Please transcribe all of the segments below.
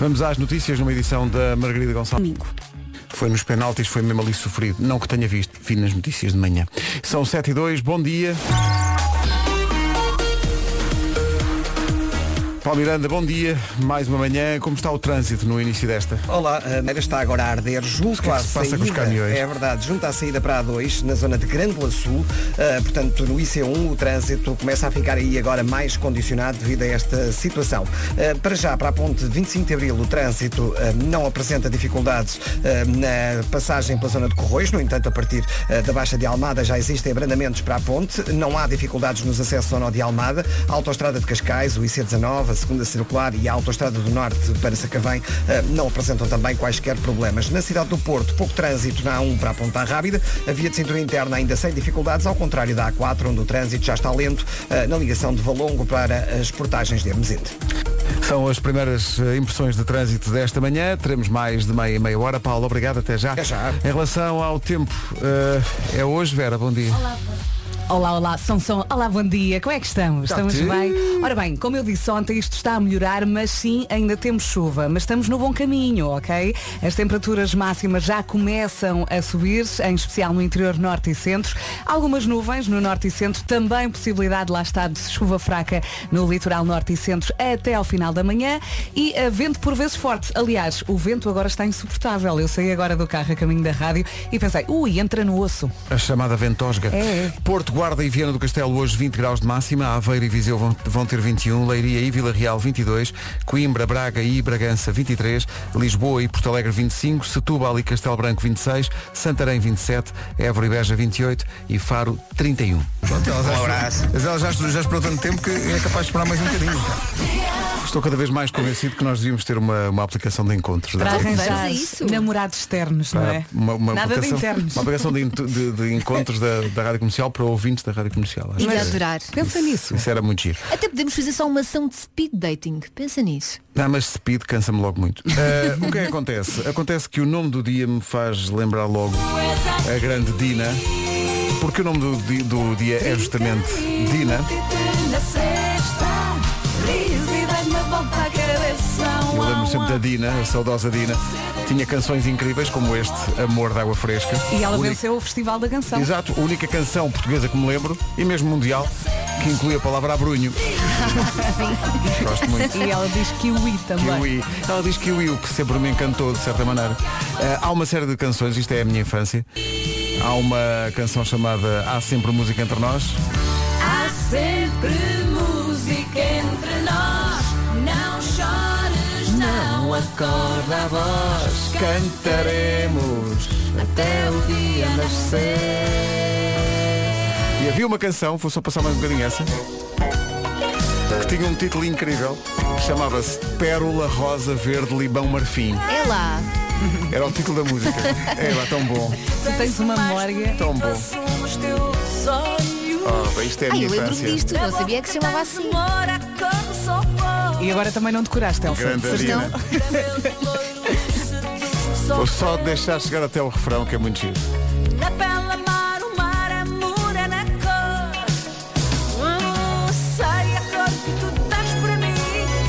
Vamos às notícias numa edição da Margarida Gonçalves. Domingo. Foi nos penaltis, foi mesmo ali sofrido. Não que tenha visto, vi nas notícias de manhã. São 7 e 2, bom dia. Paulo Miranda, bom dia. Mais uma manhã. Como está o trânsito no início desta? Olá, eh, a Madeira está agora a arder junto que é à que se passa com saída. os caminhões? É verdade, junto à saída para a A2, na zona de Grândola Sul, ah, portanto no IC1 o trânsito começa a ficar aí agora mais condicionado devido a esta situação. Ah, para já, para a ponte 25 de Abril, o trânsito ah, não apresenta dificuldades ah, na passagem pela zona de Corroios, no entanto, a partir ah, da Baixa de Almada já existem abrandamentos para a ponte, não há dificuldades nos acessos ao nó de Almada, a Autostrada de Cascais, o IC19, a Segunda Circular e a Autostrada do Norte para Sacavém eh, não apresentam também quaisquer problemas. Na cidade do Porto, pouco trânsito na A1 para a Ponta Rábida, a via de cintura interna ainda sem dificuldades, ao contrário da A4, onde o trânsito já está lento eh, na ligação de Valongo para as portagens de Hermesinde. São as primeiras eh, impressões de trânsito desta manhã. Teremos mais de meia e meia hora. Paulo, obrigado. Até já. Até já. Em relação ao tempo, eh, é hoje, Vera. Bom dia. Olá, olá, são, são, olá, bom dia, como é que estamos? Está-te? estamos bem? Ora bem, como eu disse ontem, isto está a melhorar, mas sim, ainda temos chuva, mas estamos no bom caminho, ok? As temperaturas máximas já começam a subir, em especial no interior norte e centro. Algumas nuvens no norte e centro, também possibilidade lá está de chuva fraca no litoral norte e centro até ao final da manhã e eh, vento por vezes forte. Aliás, o vento agora está insuportável. Eu saí agora do carro a caminho da rádio e pensei, ui, entra no osso. A chamada ventosga. É, é. Porto, Guarda e Viana do Castelo hoje 20 graus de máxima, Aveiro e Viseu vão, vão ter 21, Leiria e Vila Real 22, Coimbra, Braga e Bragança 23, Lisboa e Porto Alegre 25, Setúbal e Castelo Branco 26, Santarém 27, Évora e Beja 28 e Faro 31. Um abraço. Mas ela Então, já, já esperou tanto tempo que é capaz de esperar mais um bocadinho. Estou cada vez mais convencido que nós devíamos ter uma, uma aplicação de encontros. Para Não é? arranjar Então, Vamos a isso. namorados externos, não é? Uma, uma Nada de aplicação, internos. Uma aplicação de, int- de- de encontros da, da Rádio Comercial para ouvintes da Rádio Comercial. acho Ia que- é adorar. Pensa nisso. Isso era muito giro. Até podemos fazer só uma ação de speed dating. Pensa nisso. Não, Tá, mas speed cansa-me logo muito. Eh, o que é que acontece? Acontece que o nome do dia me faz lembrar logo a grande Dina. Porque o nome do, di- do dia é justamente Dina. Eu lembro sempre da Dina, a saudosa Dina. Tinha canções incríveis como este, Amor de Água Fresca. E ela Única- venceu então? o Festival da Canção. Exato, a única canção portuguesa que me lembro, e mesmo mundial, que inclui a palavra abrunho. Gosto muito. E ela diz que o I também. Kiwi. Ela diz Kiwi, o que sempre me encantou, de certa maneira. Ah, há uma série de canções, isto é a minha infância. Há uma canção chamada Há Sempre Música Entre Nós. Há sempre música entre nós. Não chores, não acorda a voz. Cantaremos Até o dia E havia uma canção, vou só passar mais um bocadinho essa, que tinha um título incrível, que chamava-se Pérola Rosa Verde Libão Marfim. É lá. Era o título da música. Era tão bom, Tu tens uma memória. tão bom. Somos teus olhos. Oh, isto é a Ai, minha eu lembro-me infância. disto. Não sabia que se chamava assim. Demora como só pode. E agora também não decoraste, Elsa. Grande Pois Dina. Vou só deixar chegar até o refrão, que é muito giro. Na bela mar, o mar é mura na cor. Hum, sei a cor que tu tens para mim.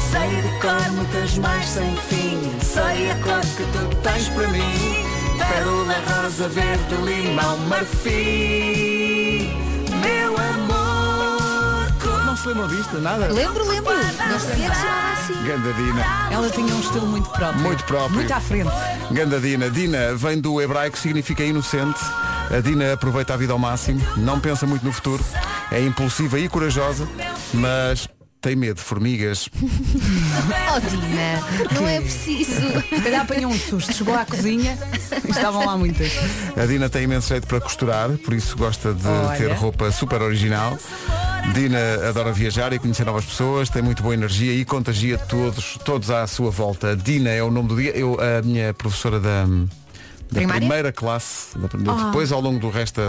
Sei de cor muitas mais sem fim. Sei a cor que tu tens para mim. Pérola rosa, verde, limão, marfim. Meu amor, Não se lembram disto? Nada? Lembro, lembro. Não sabia que se chamava assim. Gandadina. Ela tinha um estilo muito próprio. Muito próprio. Muito à frente. Gandadina. Dina vem do hebraico, significa inocente. A Dina aproveita a vida ao máximo, não pensa muito no futuro, é impulsiva e corajosa, mas tem medo de formigas. Oh, Dina. Não é preciso. Se calhar apanhou um susto. Chegou à cozinha e estavam lá muitas. A Dina tem imenso jeito para costurar, por isso gosta de Olha. ter roupa super original. Dina adora viajar e conhecer novas pessoas, tem muito boa energia e contagia todos, todos à sua volta. Dina é o nome do dia. Eu, a minha professora da, da Primária? primeira classe, da- da- depois ao longo do resto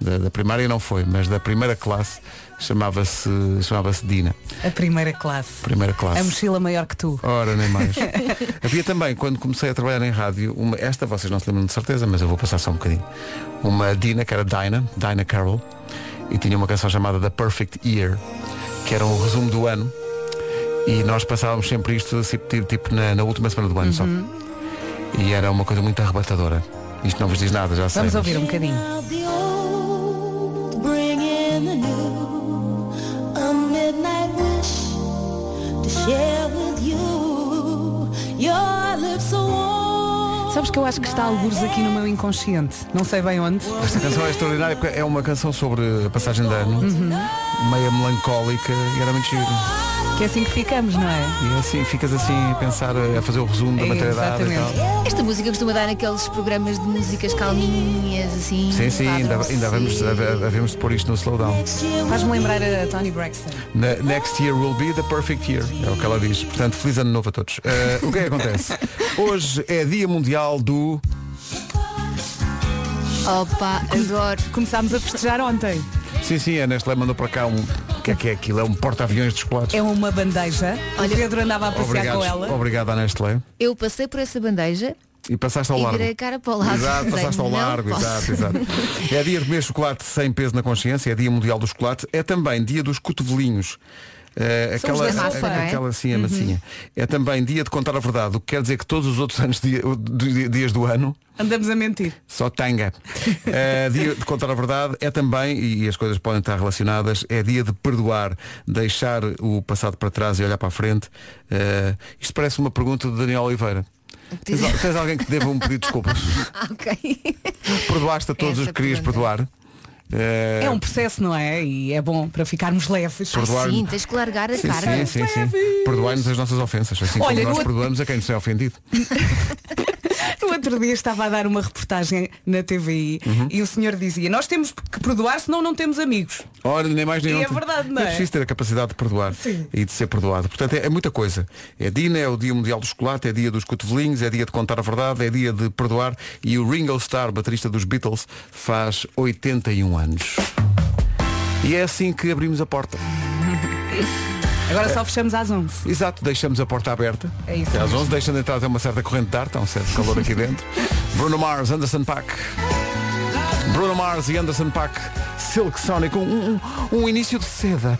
da, da- da primária não foi, mas da primeira classe chamava-se chamava Dina. A primeira classe. Primeira classe. A mochila maior que tu. Ora, nem mais. Havia também, quando comecei a trabalhar em rádio, uma, esta vocês não se lembram de certeza, mas eu vou passar só um bocadinho. Uma Dina, que era Dinah, Dinah Carroll, e tinha uma canção chamada The Perfect Year, que era um resumo do ano. E nós passávamos sempre isto tipo, tipo na, na última semana do ano Uhum. só. E era uma coisa muito arrebatadora. Isto não vos diz nada, já sei. Vamos mas- ouvir um bocadinho. Of the old, bring in the new. A midnight wish to share with you. Your lips are warm. Sabes que eu acho que está algures aqui no meu inconsciente. Não sei bem onde. Esta canção é extraordinária porque é uma canção sobre a passagem de ano, Uhum. meia melancólica e era muito giro. Que é assim que ficamos, não é? E assim ficas assim a pensar, a fazer o resumo da então. É, matéria dada e tal. exatamente. Esta música costuma dar naqueles programas de músicas calminhas, assim. Sim, sim, para ainda, ainda havemos, adormecer. have- havemos de pôr isto no slowdown. Faz-me lembrar a Tony Braxton. Na- next year will be the perfect year. É o que ela diz. Portanto, feliz ano novo a todos. Eh, o que é que acontece? Hoje é dia mundial do. Opa, adoro. Começámos a festejar ontem. Sim, sim, a Nestlé mandou para cá um. O que é que é aquilo? É um porta-aviões de chocolates. É uma bandeja. Olha- o Pedro andava a passear Obrigado, com ela. obrigado à Nestlé. Eu passei por essa bandeja E passaste ao e largo. virei a cara para o lado. Exato, Pensei, passaste ao "Não largo, posso." exato, exato. É dia de comer chocolate sem peso na consciência, é dia mundial do chocolate, é também dia dos cotovelinhos. Eh, Somos aquela, da massa, não é? aquela assim, a massinha. É também dia de contar a verdade, o que quer dizer que todos os outros anos, dia- di- dias do ano, Andamos a mentir. só tanga. Eh, dia de contar a verdade é também, e as coisas podem estar relacionadas, é dia de perdoar, deixar o passado para trás e olhar para a frente. Eh, isto parece uma pergunta de Daniel Oliveira. Tens, al- tens alguém que te deva um pedido de desculpas? Ah, ok. Perdoaste a todos Essa os que querias pergunta. perdoar? Eh, É um processo, não é? E é bom para ficarmos leves. Perdoar- Sim, tens que largar a Sim, cara. sim, sim, sim. Perdoai-nos as nossas ofensas, assim Olha, como no nós outro- perdoamos a quem nos é ofendido. No outro dia estava a dar uma reportagem na TVI Uhum. e o senhor dizia nós temos que perdoar senão não temos amigos. Ora, nem mais nem E é outro. verdade, não é? preciso ter a capacidade de perdoar Sim. e de ser perdoado. Portanto, é, é muita coisa. É Dina, é o Dia Mundial do Chocolate, é dia dos cotovelinhos, é dia de contar a verdade, é dia de perdoar. E o Ringo Starr, baterista dos Beatles, faz 81 anos. E é assim que abrimos a porta. É. Agora só fechamos às 11. Exato, deixamos a porta aberta. É isso Até às mesmo. 11, deixando entrar até uma certa corrente de ar, está um certo calor aqui dentro. Bruno Mars, Anderson Pack. Bruno Mars e Anderson Pack, Silk Sonic, um, um, um início de seda.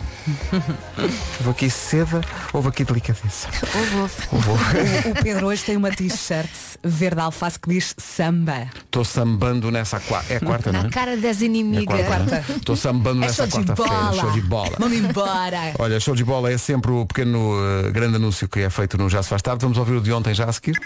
Houve aqui seda, houve aqui delicadeza. Ouve, ouve. O, o Pedro hoje tem uma t-shirt verde alface que diz samba. Estou sambando nessa qua- É a quarta, não Na é? cara das É a inimigas. quarta, não é? Estou sambando É nessa show de quarta-feira. bola. Show de bola. Vamos embora. Olha, show de bola é sempre o pequeno eh, grande anúncio que é feito no Já se faz tarde. Vamos ouvir o de ontem já a seguir.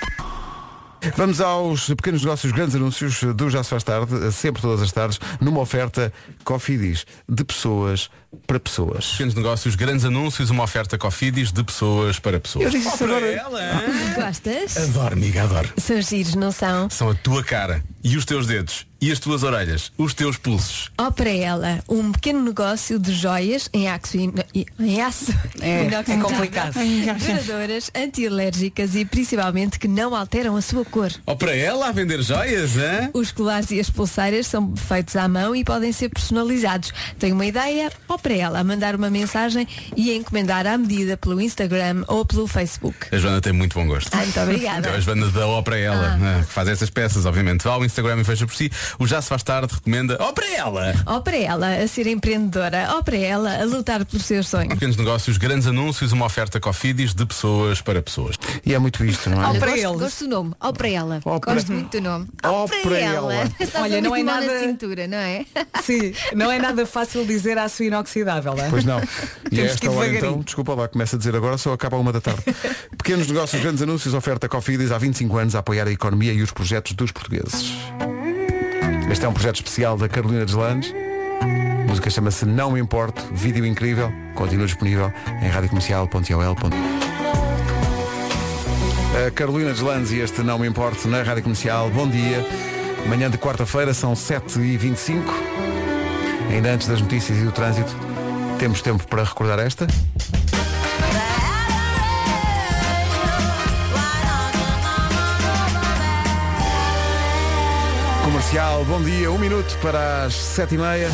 Vamos aos pequenos negócios, grandes anúncios do Já se faz tarde, eh, sempre todas as tardes, numa oferta Cofidis, de pessoas para pessoas. Pequenos negócios, grandes anúncios, uma oferta Cofidis de pessoas para pessoas. disse Oh, isso agora. Ah. Gostas? Adoro, amiga, adoro. São giros, não são? São a tua cara e os teus dedos e as tuas orelhas, os teus pulsos. Ó para ela, um pequeno negócio de joias em aço, e- e- em aço É, inoxidável, é complicado. duradouras, antialérgicas e principalmente que não alteram a sua cor. Ó para ela a vender joias, hã? Os colares e as pulseiras são feitos à mão e podem ser personalizados. Tem uma ideia? Ó para ela, a mandar uma mensagem e a encomendar à medida pelo Instagram ou pelo Facebook. A Joana tem muito bom gosto. Ah, muito obrigada. Então, a Joana da Ó para Ah. ela, né, que faz essas peças, obviamente. Vá ao Instagram e veja por si. O Já se faz tarde recomenda Ó para ela. Ó para ela a ser empreendedora, ó para ela a lutar pelos seus sonhos. Pequenos negócios, grandes anúncios, uma oferta Cofidis de pessoas para pessoas. E é muito isto, não é? Olha, para gosto, eles. gosto do nome, ó para ela. Ó para- Gosto muito do nome. Ó para ela. Estás Olha, Olha, não não é nada- na cintura, não é? Sim, não é nada fácil dizer aço inoxidável, é? Pois não. E a Temos que ir esta hora devagarinho. então, desculpa lá, começa a dizer agora, só acaba a uma da tarde. Pequenos negócios, grandes anúncios, oferta Cofidis há 25 anos a apoiar a economia e os projetos dos portugueses. Este é um projeto especial da Carolina Deslandes. A música chama-se Não Me Importo, vídeo incrível, continua disponível em radiocomercial.ol. A Carolina Deslandes e este Não Me Importo na Rádio Comercial. Bom dia. Manhã de quarta-feira são 7h25. Ainda antes das notícias e do trânsito, temos tempo para recordar esta. Comercial, bom dia, um minuto para as sete e meia.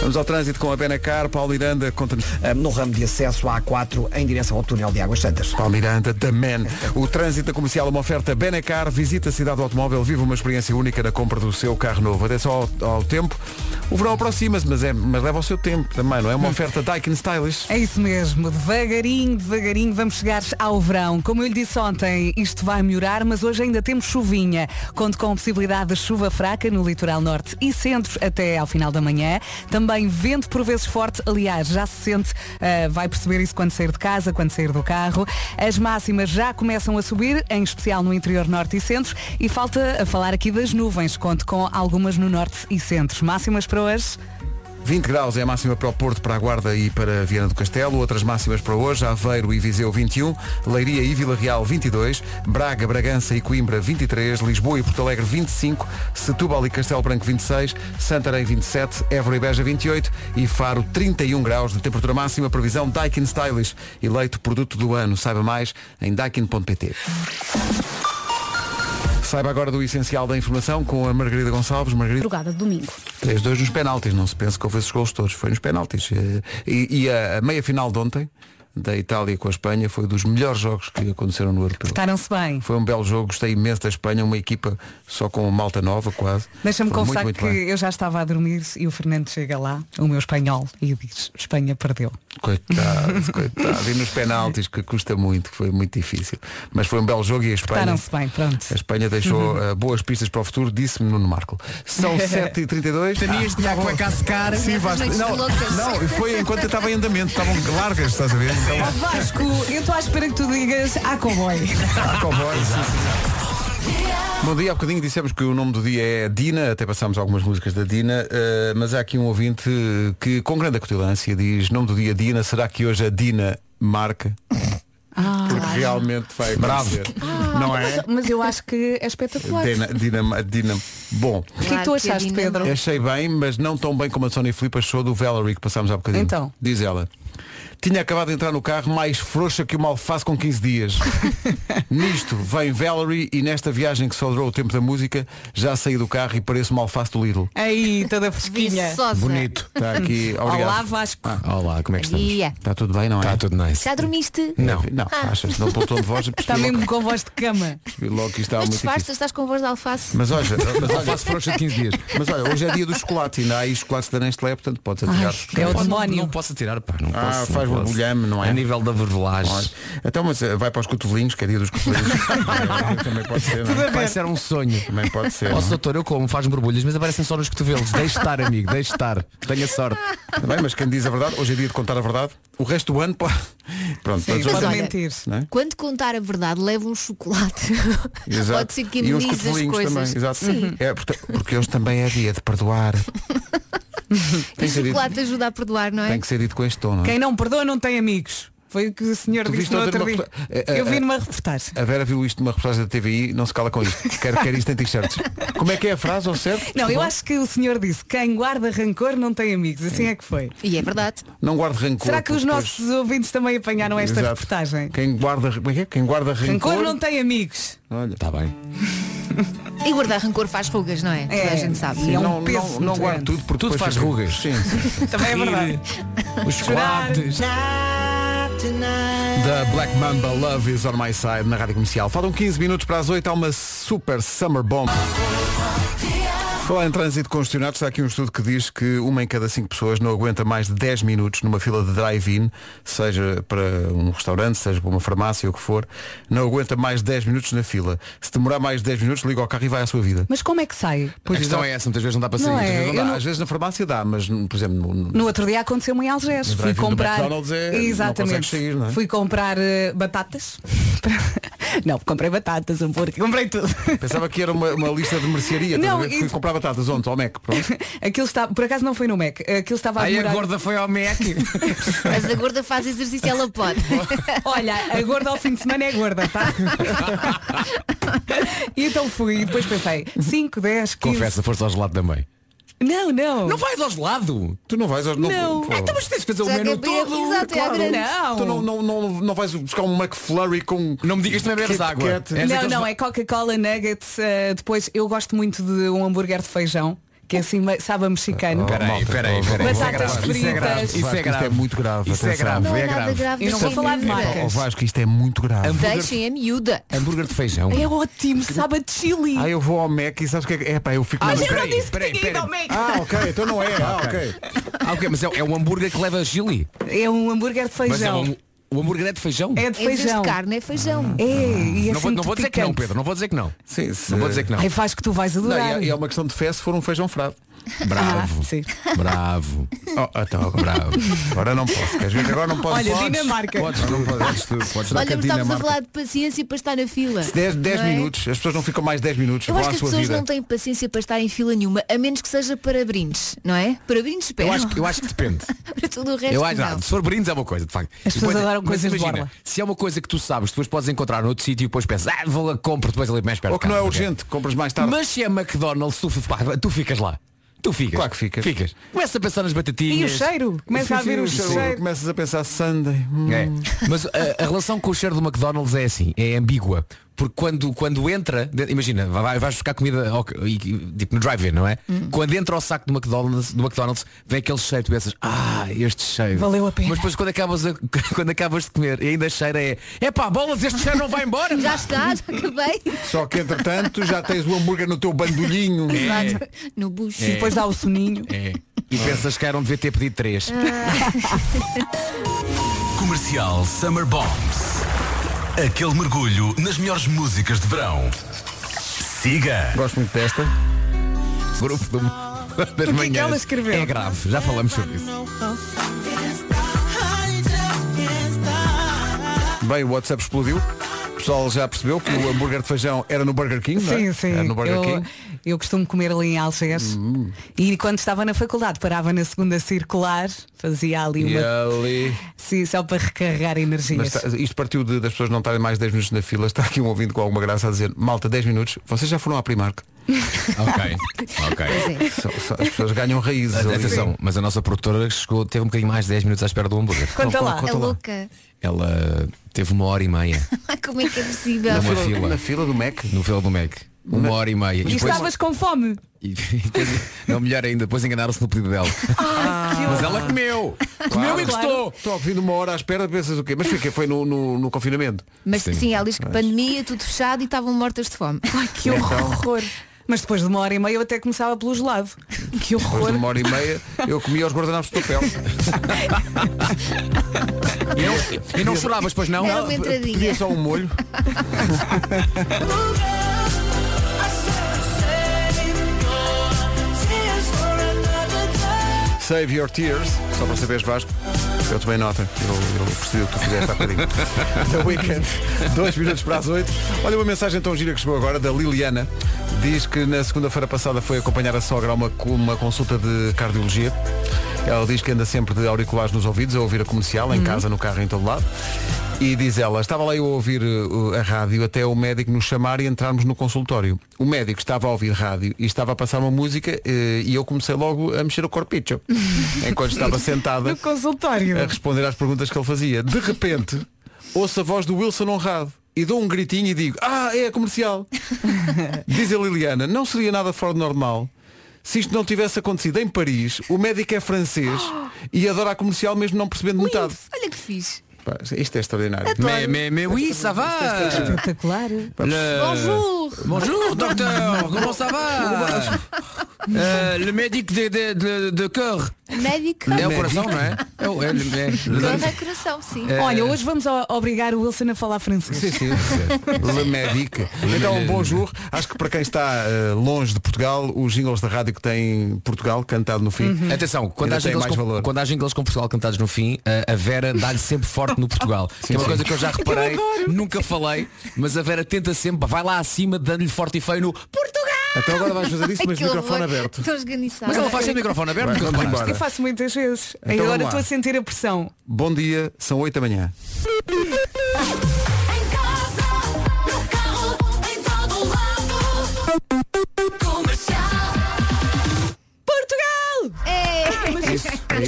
Vamos ao trânsito com a Benacar, Paulo Miranda, conta-nos. Ah, no ramo de acesso à A4 em direção ao túnel de Águas Santas. Paulo Miranda, The Man. O trânsito da comercial é uma oferta Benacar. Visita a cidade do automóvel, vive uma experiência única na compra do seu carro novo. Até só ao, ao tempo. O verão aproxima-se, mas, é, mas leva o seu tempo também, não é? Uma oferta Daikin Stylish. É isso mesmo, devagarinho, devagarinho vamos chegar ao verão. Como eu lhe disse ontem, isto vai melhorar, mas hoje ainda temos chuvinha. Conto com a possibilidade de chuva fraca no litoral norte e centro até ao final da manhã. Também vento por vezes forte, aliás, já se sente, ah, vai perceber isso quando sair de casa, quando sair do carro. As máximas já começam a subir, em especial no interior norte e centro. E falta a falar aqui das nuvens, conto com algumas no norte e centro. Máximas para hoje? 20 graus é a máxima para o Porto, para a Guarda e para Viana do Castelo. Outras máximas para hoje, Aveiro e Viseu 21, Leiria e Vila Real 22, Braga, Bragança e Coimbra 23, Lisboa e Porto Alegre 25, Setúbal e Castelo Branco 26, Santarém 27, Évora e Beja 28 e Faro 31 graus de temperatura máxima. Previsão Daikin Stylish, eleito produto do ano. Saiba mais em daikin.pt. Saiba agora do essencial da informação com a Margarida Gonçalves. Margarida... Madrugada de domingo. 3-2 nos penaltis, não se pensa que houve esses gols todos, foi nos penaltis. Eh, E, e a, a meia final de ontem, da Itália com a Espanha, foi dos melhores jogos que aconteceram no Europeu. Portaram-se bem. Foi um belo jogo, gostei imenso da Espanha, uma equipa só com malta nova quase. Deixa-me Foi muito, confessar muito que bem. eu já estava a dormir e o Fernando chega lá, o meu espanhol, e diz, Espanha perdeu. Coitado, coitado. E nos penaltis, que custa muito, que foi muito difícil. Mas foi um belo jogo e a Espanha. Portaram-se bem, pronto. A Espanha deixou eh, boas pistas para o futuro, disse-me Nuno Marco. São 7h32. Tenias Ah, de água a secar. Sim, Vasco. noites Não, loucas. não, foi enquanto eu estava em andamento, estavam largas, estás a ver? Então, Ó Vasco, eu estou à espera que tu digas a cowboy. Ah, cowboy, sim, sim. Bom dia, há bocadinho dissemos que o nome do dia é Dina, até passámos algumas músicas da Dina, eh, mas há aqui um ouvinte que com grande acutilância diz nome do dia Dina, será que hoje a Dina marca? Porque realmente vai Bravo. Não é? Ah. Mas, mas eu acho que é espetacular. Dina, Dina, Dina. Bom, O que é Claro que tu que a achaste, Dina- Pedro? Achei bem, mas não tão bem como a Sony Filipe achou do Valerie que passámos há bocadinho. Então. Diz ela. Tinha acabado de entrar no carro mais frouxa que uma alface com 15 dias. Nisto vem Valerie e nesta viagem que só durou o tempo da música, já saí do carro e pareço uma alface do Lidl. Aí, toda fresquinha. Viçosa. Está tá aqui. Obrigado. Olá, Vasco. Olá, como é que estamos? Dia. Está tudo bem, não é? Está tudo nice. Já dormiste? Não. Não, achas? Não pelo tom de voz, Está percebi Ah. logo, Tá mesmo com voz de cama. percebi logo que isto está Mas muito disfarças, difícil. estás com voz de alface. Mas olha, mas olha, Faço frouxa de 15 dias. mas olha, hoje é dia do chocolate, ainda há aí chocolate da Nestlé, portanto podes atirar. É o Posso- demónio. Não posso tirar, pá. Não Ah, posso, faz não posso. borbulhame, não é? A nível da Olha, verbolagem. Então, mas eh, vai para os cotovelinhos, que é dia dos cotovelinhos. Também pode ser, não é? Vai ser um sonho. Também pode ser. Ó não é? doutor, eu como, faz borbulhas, mas aparecem só nos cotovelos. Deixe estar, amigo, deixe estar. Tenha sorte. Tá bem, mas quem diz a verdade, hoje é dia de contar a verdade. O resto do ano, pode. Pronto, Sim, todos pode olha, mentir. não é? Quando contar a verdade, leva um chocolate. Exato. Pode ser que e uns amenize as cotovelinhos coisas. também. Exato. Uhum. Sim. É, porta- porque hoje também é dia de perdoar. E Tem que ser dito, chocolate ajuda a perdoar, não é? tem que ser dito com este tom, não é? Quem não perdoa não tem amigos. Foi o que o senhor Tu disse viste eh, no ontem outro uma dia. reporta- Eu a- a- vi numa reportagem. A Vera viu isto numa reportagem da TVI, não se cala com isto. Quer, quer isto em t-shirts. Como é que é a frase, ao certo? Não, eu acho que o senhor disse, quem guarda rancor não tem amigos. Assim é que foi. E é verdade. Não guarde rancor. Será que os porque depois- nossos ouvintes também apanharam esta Exato. reportagem? Quem guarda, como é que é? Quem guarda rancor. Rancor não tem amigos. Olha. Está Tá bem. E guardar rancor faz rugas, não é? Toda a gente sabe. Sim, E é um não, peso não, muito não guardo grande. tudo porque Tudo depois faz fica- rugas. Sim, sim. Também é verdade. Os chocolates. Da Black Mamba Love is on my side na rádio comercial. Faltam 15 minutos para as 8. Há uma super summer bomb. Falar em trânsito congestionado, está aqui um estudo que diz que uma em cada cinco pessoas não aguenta mais de 10 minutos numa fila de drive-in, seja para um restaurante, seja para uma farmácia, ou o que for, não aguenta mais de 10 minutos na fila. Se demorar mais de 10 minutos, liga ao carro e vai à sua vida. Mas como é que sai? a questão é essa, muitas vezes não dá para sair. Não é, muitas vezes não eu dá. não- Às vezes na farmácia dá, mas, por exemplo, no- no- No outro dia aconteceu-me em Algés. Fui drive-in do comprar. McDonald's é- não Exatamente. consegues sair, não é? Fui comprar eh, batatas. não, comprei batatas, hambúrguer, comprei tudo. Pensava que era uma, uma lista de mercearia. estás a Não, ver? Fui e- comprar batatas ontem ao Mac. Pronto. Aquilo estava, por acaso não foi no Mac, aquilo estava a Aí a demorar. gorda foi ao MEC. Mas a gorda faz exercício, ela pode. Olha, a gorda ao fim de semana é gorda, tá? e então fui e depois pensei, 5, 10, 15. Confessa, foste ao gelado também. Não, Oh. não. Não vais ao gelado. Tu não vais aos. Não. pô. Ah, então mas tens de fazer o Já menu que é- todo. Exato, é a grande. Não. Tu não, não, não, não vais buscar um McFlurry com. Não me digas que não bebes Kit água. Kat. És Não, é daqueles- não, é Coca-Cola, Nuggets. eh, depois, eu gosto muito de um hambúrguer de feijão. que é assim, meio- sabe a Oh, mexicano. Peraí, peraí, peraí. Batatas fritas. Vasco, isto é muito grave. Isso é atenção. grave, Não é é nada grave. grave. Eu não vou deixem falar de ver. marcas. Oh, Vasco, isto é muito grave. Deixem a miúda. Hambúrguer de feijão. um É ótimo, sabe a chili. Ah, eu vou ao Mac e sabes o que é que é? Pá, eu Ah, fico Mas na- eu não peraí, disse que peraí, tinha ido ao peraí. Mac. Ah, ok, então não é. Ah, ok. Ah, ok, mas é, é um hambúrguer que leva chili. É um hambúrguer de Mas é feijão. um, o hambúrguer é de feijão. É de Em vez feijão. de carne é feijão. É, e é não vou, assim não vou muito dizer que não, picante. Pedro. Não vou dizer que não. Sim, se- Não vou dizer que não. Ai, faz que tu vais Não, adorar. e é, e é uma questão de fé se for um feijão frado. Bravo. Ah, sim. Bravo. Oh, então, bravo. Agora não posso. Queres ver que agora não posso? Olha, Podes. Dinamarca. Podes, tu, podes, tu, podes dar Olha, mas cantina, estávamos a Marco. falar de paciência para estar na fila. 10, 10 Não é? minutos, as pessoas não ficam mais 10 minutos, Eu vão acho à que as sua pessoas vida. não têm paciência para estar em fila nenhuma, a menos que seja para brindes, não é? Para brindes Eu esperam. acho, que- eu acho que depende. Para tudo o resto Eu acho, não. não, se for brindes é uma coisa, de facto. As pessoas adoram mas coisas de imagina, borla. Se é uma coisa que tu sabes, depois podes encontrar noutro sítio e depois pensas, ah, vou lá, compro depois ali mais perto. Ou que de não é casa, ok? urgente, compras mais tarde. Mas se é McDonald's, tu, pá, tu ficas lá. Tu ficas. Claro que ficas. Ficas. Começa a pensar nas batatinhas. E o cheiro? Começa a Sim, sim, vir o sim, cheiro. Começas a pensar Sunday. hum. É. Mas a, a relação com o cheiro do McDonald's é assim, é ambígua. Porque quando, quando entra, de- imagina, vai- vais buscar comida ao- e- e- tipo no drive-in, não é? Hum. Quando entra ao saco do McDonald's, do McDonald's, vem aquele cheiro, tu pensas, ah, este cheiro. Valeu a pena. Mas depois quando acabas, a- quando acabas de comer e ainda cheira é, é pá, bolas, este cheiro não vai embora. Já está, já acabei. Só que entretanto já tens o hambúrguer no teu bandolhinho. Exato. No É. bucho. E depois dá o soninho. É. E pensas que eram devia ter pedido três. Ah. Ah. Comercial Summer Bombs. Aquele mergulho nas melhores músicas de verão. Siga. Gosto muito desta. Grupo do, das que manhãs. ela escreveu? É grave, já falamos sobre isso. Bem, o WhatsApp explodiu. O pessoal já percebeu que o hambúrguer de feijão era no Burger King, não é? Sim, sim. Era no Burger Eu, King. eu costumo comer ali em Algés. E quando estava na faculdade, parava na segunda circular, fazia ali uma. assim. E ali. Sim, só para recarregar energias. Mas tá- está- isto partiu de- das pessoas não estarem mais 10 minutos na fila. Está aqui um ouvindo com alguma graça a dizer, malta, 10 minutos, vocês já foram à Primark. ok. Ok. é. Só- só- As pessoas ganham raízes. ali. Atenção, mas a nossa produtora chegou, teve um bocadinho mais de 10 minutos à espera do hambúrguer. Conta lá. É louca. Ela teve uma hora e meia Ai, Como é que é possível? Não, Na Uma fila- fila. Na fila do Mac. no Velo do Mac. Uma hora e meia. E depois, estavas com fome. e depois- não, melhor ainda, depois enganaram-se no pedido dela. Ah. Mas ela comeu! Comeu e gostou! Estou ouvindo uma hora à espera, pensas o quê? Mas foi, o quê? foi no, no- no confinamento. Mas Sim. sim, ela diz que pandemia, tudo fechado e estavam mortas de fome. Ai, que Então- horror. Mas depois de uma hora e meia eu até começava pelo gelado. Que Depois de horror. uma hora e meia, eu comia aos guardanapos de papel. E não, e não choravas, pois não? Era uma entradinha. Pedia só um molho. Save your tears. Só para saberes, Vasco. Eu tomei nota. Eu, eu percebi o que tu fizeste há bocadinho. The Weekend. Dois minutos para as oito. Olha uma mensagem tão gira que chegou agora da Liliana. Diz que na segunda-feira passada foi acompanhar a sogra a uma, uma consulta de cardiologia. Ela diz que anda sempre de auriculares nos ouvidos, a ouvir a comercial, em casa, no carro, em todo lado. E diz ela, estava lá eu a ouvir uh, a rádio até o médico nos chamar e entrarmos no consultório. O médico estava a ouvir rádio e estava a passar uma música eh, e eu comecei logo a mexer o corpicho. enquanto estava sentada No consultório. a responder às perguntas que ele fazia. De repente, ouço a voz do Wilson Honrado e dou um gritinho e digo, ah, é a comercial. Diz a Liliana, não seria nada fora do normal se isto não tivesse acontecido em Paris, o médico é francês e adora a comercial mesmo não percebendo metade. Olha que fixe. Pá, isto é extraordinário. é Mais, mais, mais, oui, ça va! Espetacular. Bonjour. Bonjour, docteur! Comment ça va? Euh, le médic de, de, de, de cœur. Médico. É o coração, não é? É o- é le- é le- Corre a coração, sim. Olha, hoje vamos o- obrigar o Wilson a falar francês. É. Sim, sim. Le Médic. Então, bonjour. Acho que para quem está eh, longe de Portugal, os jingles da rádio que tem Portugal cantado no fim. Uhum. Atenção, quando Ainda há, tem jingles mais com, valor. quando há jingles com Portugal cantados no fim, a, a Vera dá-lhe sempre forte no Portugal. que é uma coisa que eu já reparei, nunca falei, mas a Vera tenta sempre, vai lá acima, dando-lhe forte e feio no Portugal! Então agora vais fazer isso, mas Que horror. é microfone aberto. Estou organizada. Mas ela faz sempre microfone aberto, nunca Vamos reparaste. Eu embora. faço muitas vezes. Então Agora vá. estou a sentir a pressão. Bom dia, são 8 da manhã. Em casa, no carro, em todo lado. Comercial. Portugal! Ah, É. Mas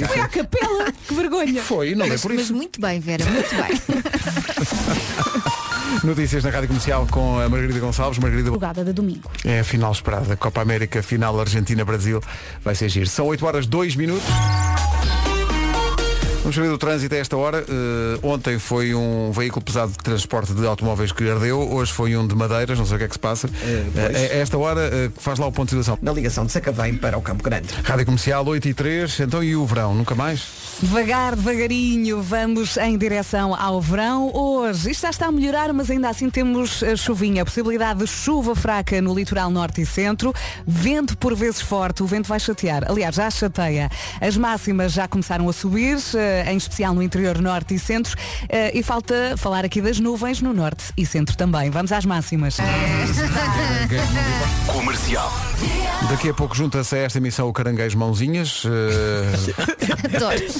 foi à capela! Que vergonha! Foi, não é por Mas isso. muito bem, Vera, muito bem. Notícias na Rádio Comercial com a Margarida Gonçalves. Margarida, Jogada de domingo. é a final esperada. Copa América, final Argentina-Brasil. Vai ser giro. São 8 horas 2 minutos. Vamos saber do trânsito a esta hora. Eh, ontem foi um veículo pesado de transporte de automóveis que ardeu. Hoje foi um de madeiras, não sei o que é que se passa. pois. Eh, a esta hora, eh, faz lá o ponto de situação. Na ligação de Sacavém para o Campo Grande. Rádio Comercial 8 e 3. Então e o verão? Nunca mais? Devagar, devagarinho, vamos em direção ao verão. Hoje isto já está a melhorar, mas ainda assim temos a chuvinha, a possibilidade de chuva fraca no litoral norte e centro, vento por vezes forte, o vento vai chatear. Aliás, já chateia. As máximas já começaram a subir, eh, em especial no interior norte e centro, eh, e falta falar aqui das nuvens no norte e centro também. Vamos às máximas. Comercial. Daqui a pouco junta-se a esta emissão o Caranguejo Mãozinhas. eh,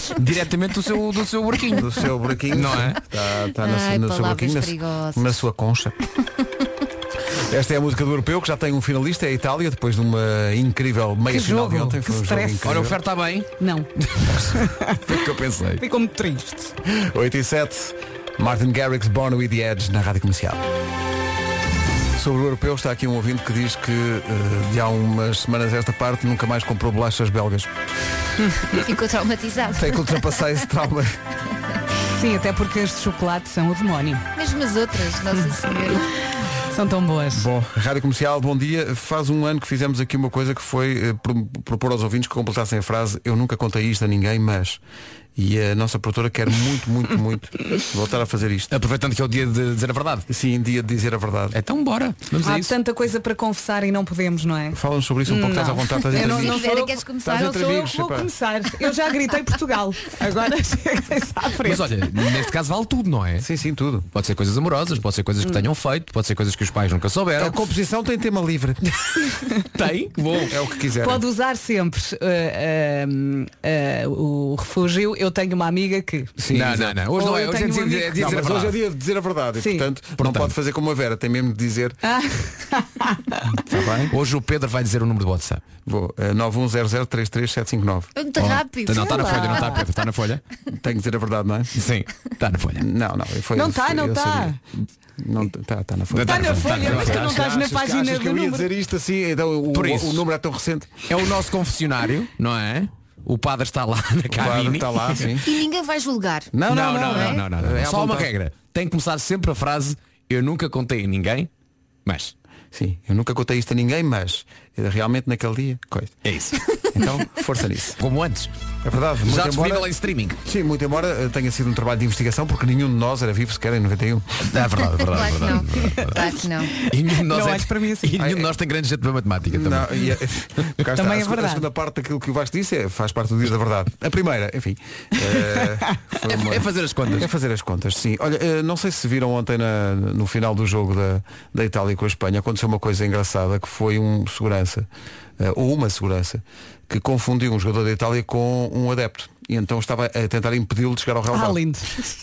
Diretamente do seu, do seu buraquinho. do seu buraquinho. Não é? Está, está tá na, Ai, no seu palavras buraquinho, na- perigosas. na, sua concha. Esta é a música do europeu que já tem um finalista, é a Itália, depois de uma incrível meia final de jogo, ontem. que Foi um jogo stress. incrível. Ora, o Fer está bem. Não, Foi o que eu pensei. ficou muito triste. 8 e 7, Martin Garrix, Born with the Edge, na Rádio Comercial. Sobre o europeu está aqui um ouvinte que diz que eh, de há umas semanas a esta parte nunca mais comprou bolachas belgas. Ficou traumatizado. Tem que ultrapassar esse trauma. Sim, até porque as de chocolate são o demónio. Mesmo as outras, Nossa Senhora. São tão boas. Bom, Rádio Comercial, bom dia. Faz um ano que fizemos aqui uma coisa que foi eh, pro- propor aos ouvintes que completassem a frase Eu nunca contei isto a ninguém, mas... E a nossa produtora quer muito, muito, muito voltar a fazer isto. Aproveitando que é o dia de dizer a verdade. Sim, dia de dizer a verdade. Então bora. Vamos a Há isso. tanta coisa para confessar e não podemos, não é? Fala-nos sobre isso um pouco, estás à vontade, estás Eu entre não, amigos. não Vera, sou, queres começar? eu Estás entre sou eu amigos, que vou epá. começar. Eu já gritei Portugal. Agora cheguem-se à frente. Mas olha, neste caso vale tudo, não é? Sim, sim, tudo. Pode ser coisas amorosas, pode ser coisas que tenham feito, pode ser coisas que os pais nunca souberam. A composição tem tema livre. Tem, que bom. É o que quiser. Pode usar sempre eh, eh, eh, o refúgio. Eu tenho uma amiga que. Sim, não, exato. não, não. Hoje Ou não é. eu Hoje é tenho um dizer, amigo- é Não, dizer a mas hoje é verdade. dia de dizer a verdade. E, Sim. portanto, não Portanto. pode fazer como a Vera, tem mesmo de dizer. Ah, Tá Está bem? Hoje o Pedro vai dizer o número de WhatsApp. Vou, eh, 910033759. Muito rápido. Tá, Não, está na sei lá. folha, não está, Pedro. Está na folha? Tenho de dizer a verdade, não é? Sim. Está na folha. Não, não. Foi, Não tá, foi- não eu tá. sabia. Não está, tá na folha. está Tá na na folha, folha, mas tu não estás na página achas que do eu ia número. dizer isto assim? Então, o, Por o- isso. o número é tão recente. É o nosso confessionário, não é? O padre está lá na cabine. está lá, sim. E ninguém vai julgar. Não, não, não, não, é? não, não, não. É à Só uma vontade. regra. Tem que começar sempre a frase Eu nunca contei a ninguém, mas Sim, eu nunca contei isto a ninguém, mas eh, realmente naquele dia, coisa. é isso. Então, força nisso. Como antes. É verdade. muito Já embora- disponível em streaming. Sim, muito embora eh, tenha sido um trabalho de investigação, porque nenhum de nós era vivo sequer em 91. É verdade, é verdade, é Claro que verdade. não. Claro que não. E nenhum de Não nós, é- olhes para mim assim. e nenhum de nós tem grande jeito para matemática também. Não, e, eh, cá está, Também é a seg- verdade. A segunda parte daquilo que o Vasco disse é, faz parte do dia da verdade. A primeira, enfim. eh, foi uma- É fazer as É contas. fazer as contas, sim. Olha, eh, não sei se viram ontem na- no final do jogo da, da Itália com a Espanha, aconteceu uma coisa engraçada que foi um segurança, eh, ou uma segurança, que confundiu um jogador da Itália com um adepto. E então estava a tentar impedi-lo de chegar ao Ah, relvado. lindo.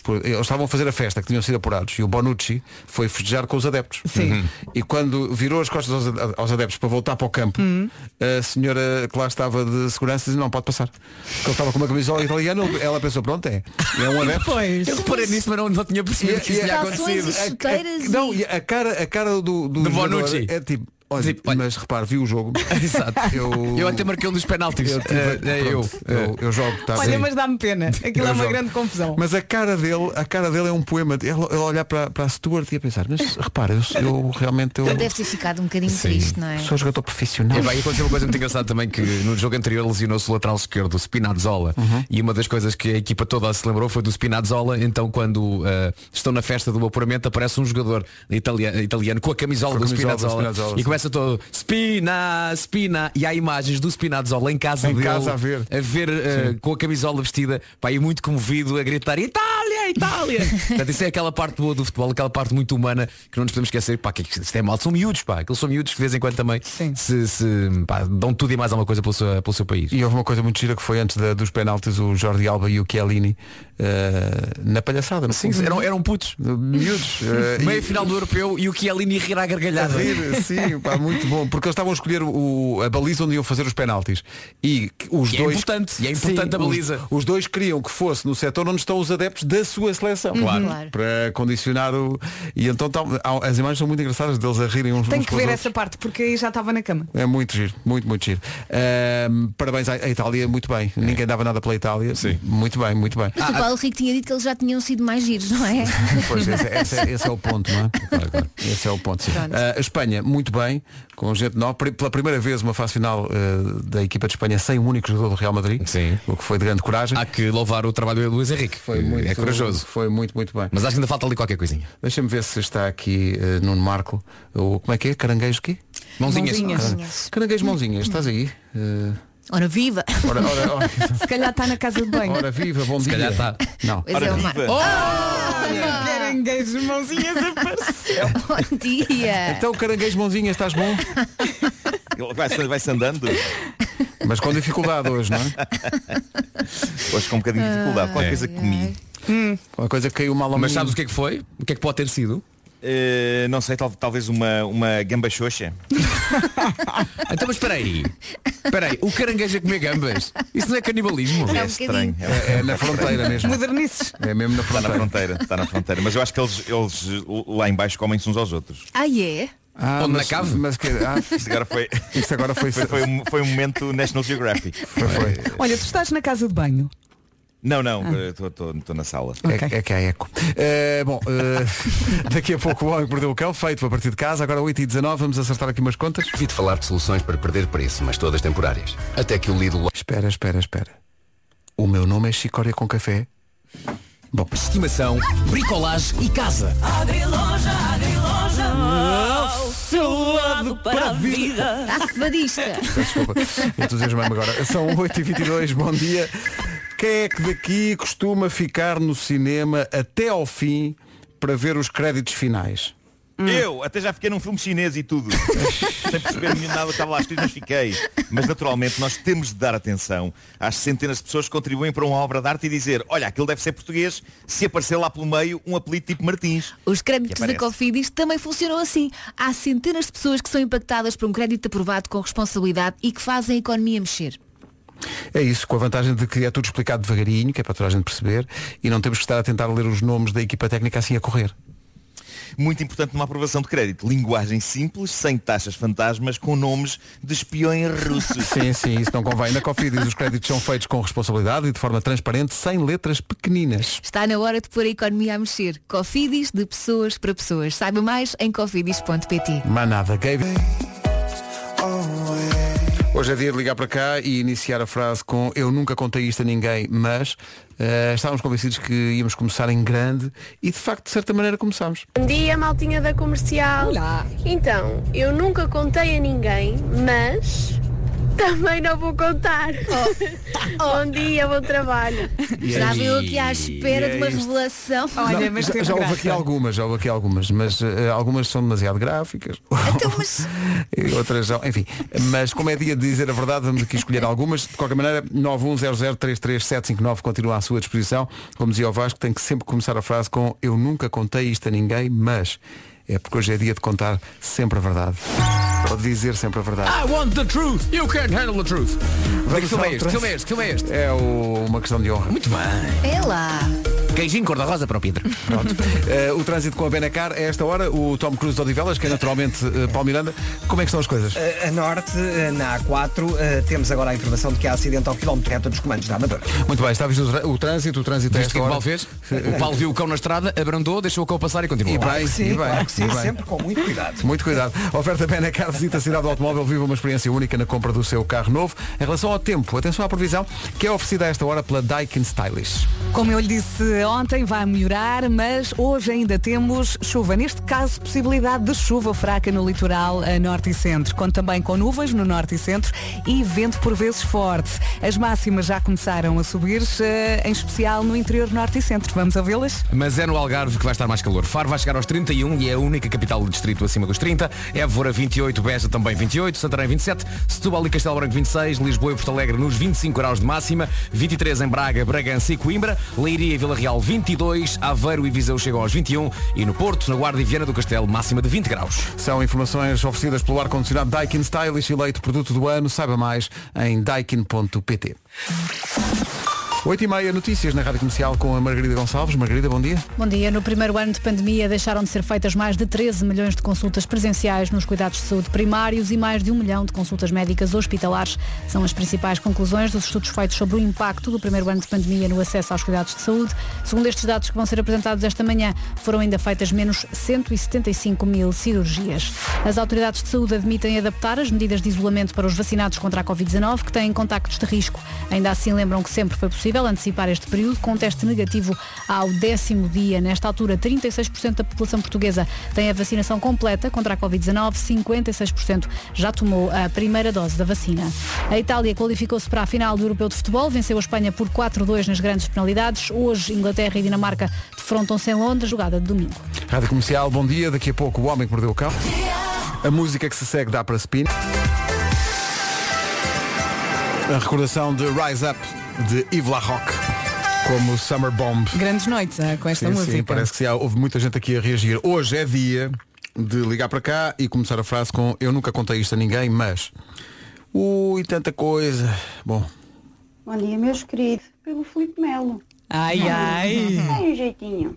Por- eh, Eles estavam a fazer a festa que tinham sido apurados e o Bonucci foi festejar com os adeptos. Uhum. Sim. E quando virou as costas aos ade- aos adeptos para voltar para o campo, Uhum. a senhora que lá estava de segurança disse, não, pode passar. Porque ele estava com uma camisola italiana, ela pensou, pronto, é. É um adepto. Pois. Eu reparei nisso, mas não, não tinha percebido que isso e- tinha calções acontecido. e A- a- é Não, e a cara, a cara do, do Do jogador Bonucci. é tipo, olha, Tipo, olha. mas repare, vi o jogo. Exato. Eu, Eu até marquei um dos penaltis. eu, tive- Eh, eh, eu. pronto, eu, eu jogo, tá Olha, bem. mas dá-me pena. Aquilo é uma Eu jogo. grande confusão. Mas a cara dele, a cara dele é um poema. Ele, ele olhar para, para a Stuart e a pensar, mas repara, eu, eu realmente eu Ele deve ter ficado um bocadinho triste, não é? sou jogador profissional. E bem, É, aconteceu uma coisa muito engraçada também que no jogo anterior lesionou-se o lateral esquerdo, o Spinazzola. Uhum. E uma das coisas que a equipa toda se lembrou foi do Spinazzola. Então, quando ah, estão na festa do apuramento, aparece um jogador italia- italiano com a camisola, Com a do, camisola do Spinazzola, Spinazzola, e sim. começa todo Spina, Spina. E há imagens do Spinazzola em casa Em dele, casa a ver. a ver ah, com a camisola vestida, pá, e muito comovido a gritar Itália, Itália. Portanto, isso é aquela parte boa do futebol, aquela parte muito humana que não nos podemos esquecer, pá, que isto é mal, são miúdos, pá, aqueles são miúdos que de vez em quando também Sim. se, se, pá, dão tudo e mais alguma coisa pelo seu, pelo seu país. E houve uma coisa muito gira que foi antes da- dos penaltis o Jordi Alba e o Chiellini eh, na palhaçada. no Sim, fundo. eram, eram putos. Miúdos. eh, Meia e- final do europeu e o Chiellini rir à gargalhada. A rir, Tá sim, pá, muito bom. Porque eles estavam a escolher o, a baliza onde iam fazer os penaltis. E que os E é dois. importante, e é importante a os- baliza. Os, dois queriam que fosse no setor onde estão os adeptos da sua seleção. Uhum. Claro. Claro. Para condicionar o. E então tá- há- as imagens são muito engraçadas deles a rirem uns, Tenho uns que com os ver outros. essa parte, porque aí já estava na cama. É muito giro, muito, muito giro. Ahm, parabéns à à Itália, muito bem. Ninguém dava nada pela Itália. Sim. Muito bem, muito bem. Mas o Paulo Rico tinha dito que eles já tinham sido mais giros, não é? ah, Pois, esse, esse- esse é o ponto, não é? Esse é o ponto. Ah, a Espanha, muito bem, com gente nova. Pri- Pela primeira vez uma fase final ah, da equipa de Espanha sem um único jogador do Real Madrid. Sim. O que foi de grande coragem. Há que louvar o trabalho do Luís Henrique. Foi muito, é corajoso. Foi muito, muito bem. Mas acho que ainda falta ali qualquer coisinha. Deixa-me ver se está aqui ah, Nuno Marco. O, como é que é? Caranguejo aqui? Mãozinhas. Mãozinhas. Caranguejo mãozinhas, estás aí? Ah, Ora viva! tá ora, ora, ora, Se calhar está na casa de banho. ora viva, bom Se dia. calhar tá. está. Não. Pois é, o Marco. Caranguejos, mãozinhas Bom dia! Então caranguejo mãozinhas, estás bom? Vai-se vai andando. Mas com dificuldade hoje, não é? Hoje com um bocadinho de dificuldade. Qualquer coisa que comi. Uma coisa que caiu mal ao Mas menino. sabes o que é que foi? O que é que pode ter sido? Eh, não sei, tal- talvez uma, uma gamba xoxa. Então mas espera aí. Espera aí. O caranguejo a comer gambas. Isso não é canibalismo. É um estranho. bocadinho. É, é na fronteira mesmo. Modernices. É mesmo na Está na fronteira. fronteira, está na fronteira. Mas eu acho que eles, eles lá em baixo comem-se uns aos outros. Ah, é? Ah, Onde na mas, cave? Mas que, ah, Isto agora foi, isto agora foi. foi, foi um, foi um momento National Geographic. foi. Ah. Olha, tu estás na casa de banho. Não, não, estou na sala. Ok. É, é que há eco. Eh, bom, eh, daqui a pouco o homem que perdeu o cão, feito a partir de casa, agora 8h19, vamos acertar aqui umas contas. Evite falar de soluções para perder preço, mas todas temporárias. Até que o Lidl... Espera, espera, espera. O meu nome é Chicória com Café. Bom, Estimação, bricolagem e casa. Agriloja, agriloja, ao seu lado para a vida. Arrebadista! desculpa, entusiasmo-me agora. São 8h22, bom dia. Quem é que daqui costuma ficar no cinema até ao fim para ver os créditos finais? Hum. Eu até já fiquei num filme chinês e tudo. Sem perceber nenhum nada, estava lá escrito, mas fiquei. Mas naturalmente nós temos de dar atenção às centenas de pessoas que contribuem para uma obra de arte e dizer, olha, aquilo deve ser português, se aparecer lá pelo meio um apelido tipo Martins. Os créditos Que da aparece. Cofidis também funcionam assim. Há centenas de pessoas que são impactadas por um crédito aprovado com responsabilidade e que fazem a economia mexer. É isso, com a vantagem de que é tudo explicado devagarinho, que é para toda a gente perceber, e não temos que estar a tentar ler os nomes da equipa técnica assim a correr. Muito importante numa aprovação de crédito. Linguagem simples, sem taxas fantasmas, com nomes de espiões russos. Sim, sim, isso não convém. Na Cofidis os créditos são feitos com responsabilidade e de forma transparente, sem letras pequeninas. Está na hora de pôr a economia a mexer. Cofidis de pessoas para pessoas. Saiba mais em cofidis.pt. Mas nada, gave... Hoje é dia de ligar para cá e iniciar a frase com Eu nunca contei isto a ninguém, mas eh, estávamos convencidos que íamos começar em grande e de facto de certa maneira começámos. Bom Um dia, maltinha da comercial. Olá. Então, eu nunca contei a ninguém, mas também não vou contar. Oh. Bom dia, bom trabalho. Já viu aqui à espera de uma revelação. Olha, Não, mas já, teve já houve graça. aqui algumas, já houve aqui algumas, mas eh, algumas são demasiado gráficas. Então, mas- E Outras já, enfim. Mas como é dia de dizer a verdade, vamos aqui escolher algumas. De qualquer maneira, 910033759 continua à sua disposição. Como dizia o Vasco, tem que sempre começar a frase com Eu nunca contei isto a ninguém, mas é porque hoje é dia de contar sempre a verdade. Ou de dizer sempre a verdade. I want the truth. You can handle the truth. Ah, Que filme é este? Que ao filme é este? Que filme é este? É o- uma questão de honra. Muito bem. É lá. Queijinho cor-de-rosa para o Pedro. Pronto. Eh, o trânsito com a Benacar, a esta hora, o Tom Cruise de Odivelas, que é naturalmente eh, Paulo Miranda. Como é que estão as coisas? A, a norte, eh, na A4, eh, temos agora a informação de que há acidente ao quilómetro reta dos comandos da Amadora. Muito bem, está visto o trâ- o trânsito, o trânsito a esta Viste o que é que o hora. Paulo fez? O Paulo viu o é cão na estrada, abrandou, deixou o cão passar e continuou. E bem, Sim, e bem, claro que sim, e bem. sempre com muito cuidado. Muito cuidado. Oferta Benacar, visita a cidade do automóvel, viva uma experiência única na compra do seu carro novo. Em relação ao tempo, atenção à previsão, que é oferecida a esta hora pela Daikin Stylish. Como eu lhe disse ontem, vai melhorar, mas hoje ainda temos chuva. Neste caso, possibilidade de chuva fraca no litoral a norte e centro. Conto também com nuvens no norte e centro e vento por vezes forte. As máximas já começaram a subir, eh, em especial no interior norte e centro. Vamos ouvi-las? Mas é no Algarve que vai estar mais calor. Faro vai chegar aos 31 e é a única capital do distrito acima dos 30. Évora 28, Beja também 28, Santarém 27, Setúbal e Castelo Branco 26, Lisboa e Porto Alegre nos 25 graus de máxima, 23 em Braga, Bragança e Coimbra, Leiria e Vila Real 22, Aveiro e Viseu chegam aos 21 e no Porto, na Guarda e Viana do Castelo, máxima de 20 graus. São informações oferecidas pelo ar-condicionado Daikin Stylish, eleito produto do ano. Saiba mais em daikin.pt. 8 e meia notícias na Rádio Comercial com a Margarida Gonçalves. Margarida, bom dia. Bom dia. No primeiro ano de pandemia deixaram de ser feitas mais de 13 milhões de consultas presenciais nos cuidados de saúde primários e mais de um milhão de consultas médicas hospitalares. São as principais conclusões dos estudos feitos sobre o impacto do primeiro ano de pandemia no acesso aos cuidados de saúde. Segundo estes dados que vão ser apresentados esta manhã, foram ainda feitas menos 175 mil cirurgias. As autoridades de saúde admitem adaptar as medidas de isolamento para os vacinados contra a Covid-19 que têm contactos de risco. Ainda assim lembram que sempre foi possível antecipar este período com um teste negativo ao décimo dia. Nesta altura, 36% da população portuguesa tem a vacinação completa contra a Covid-19, 56% já tomou a primeira dose da vacina. A Itália qualificou-se para a final do Europeu de Futebol, venceu a Espanha por 4-2 nas grandes penalidades. Hoje, Inglaterra e Dinamarca defrontam-se em Londres, jogada de domingo. Rádio Comercial, bom dia. Daqui a pouco o homem que mordeu o carro. A música que se segue dá para spin. A recordação de Rise Up de Yves Rock como Summer Bomb. Grandes noites ah, com esta sim, música. sim, parece que sim, há- houve muita gente aqui a reagir. Hoje é dia de ligar para cá e começar a frase com eu nunca contei isto a ninguém, mas ui, tanta coisa. Bom, Bom dia, meus queridos. Pelo Filipe Melo. Ai, ai. Tem um jeitinho.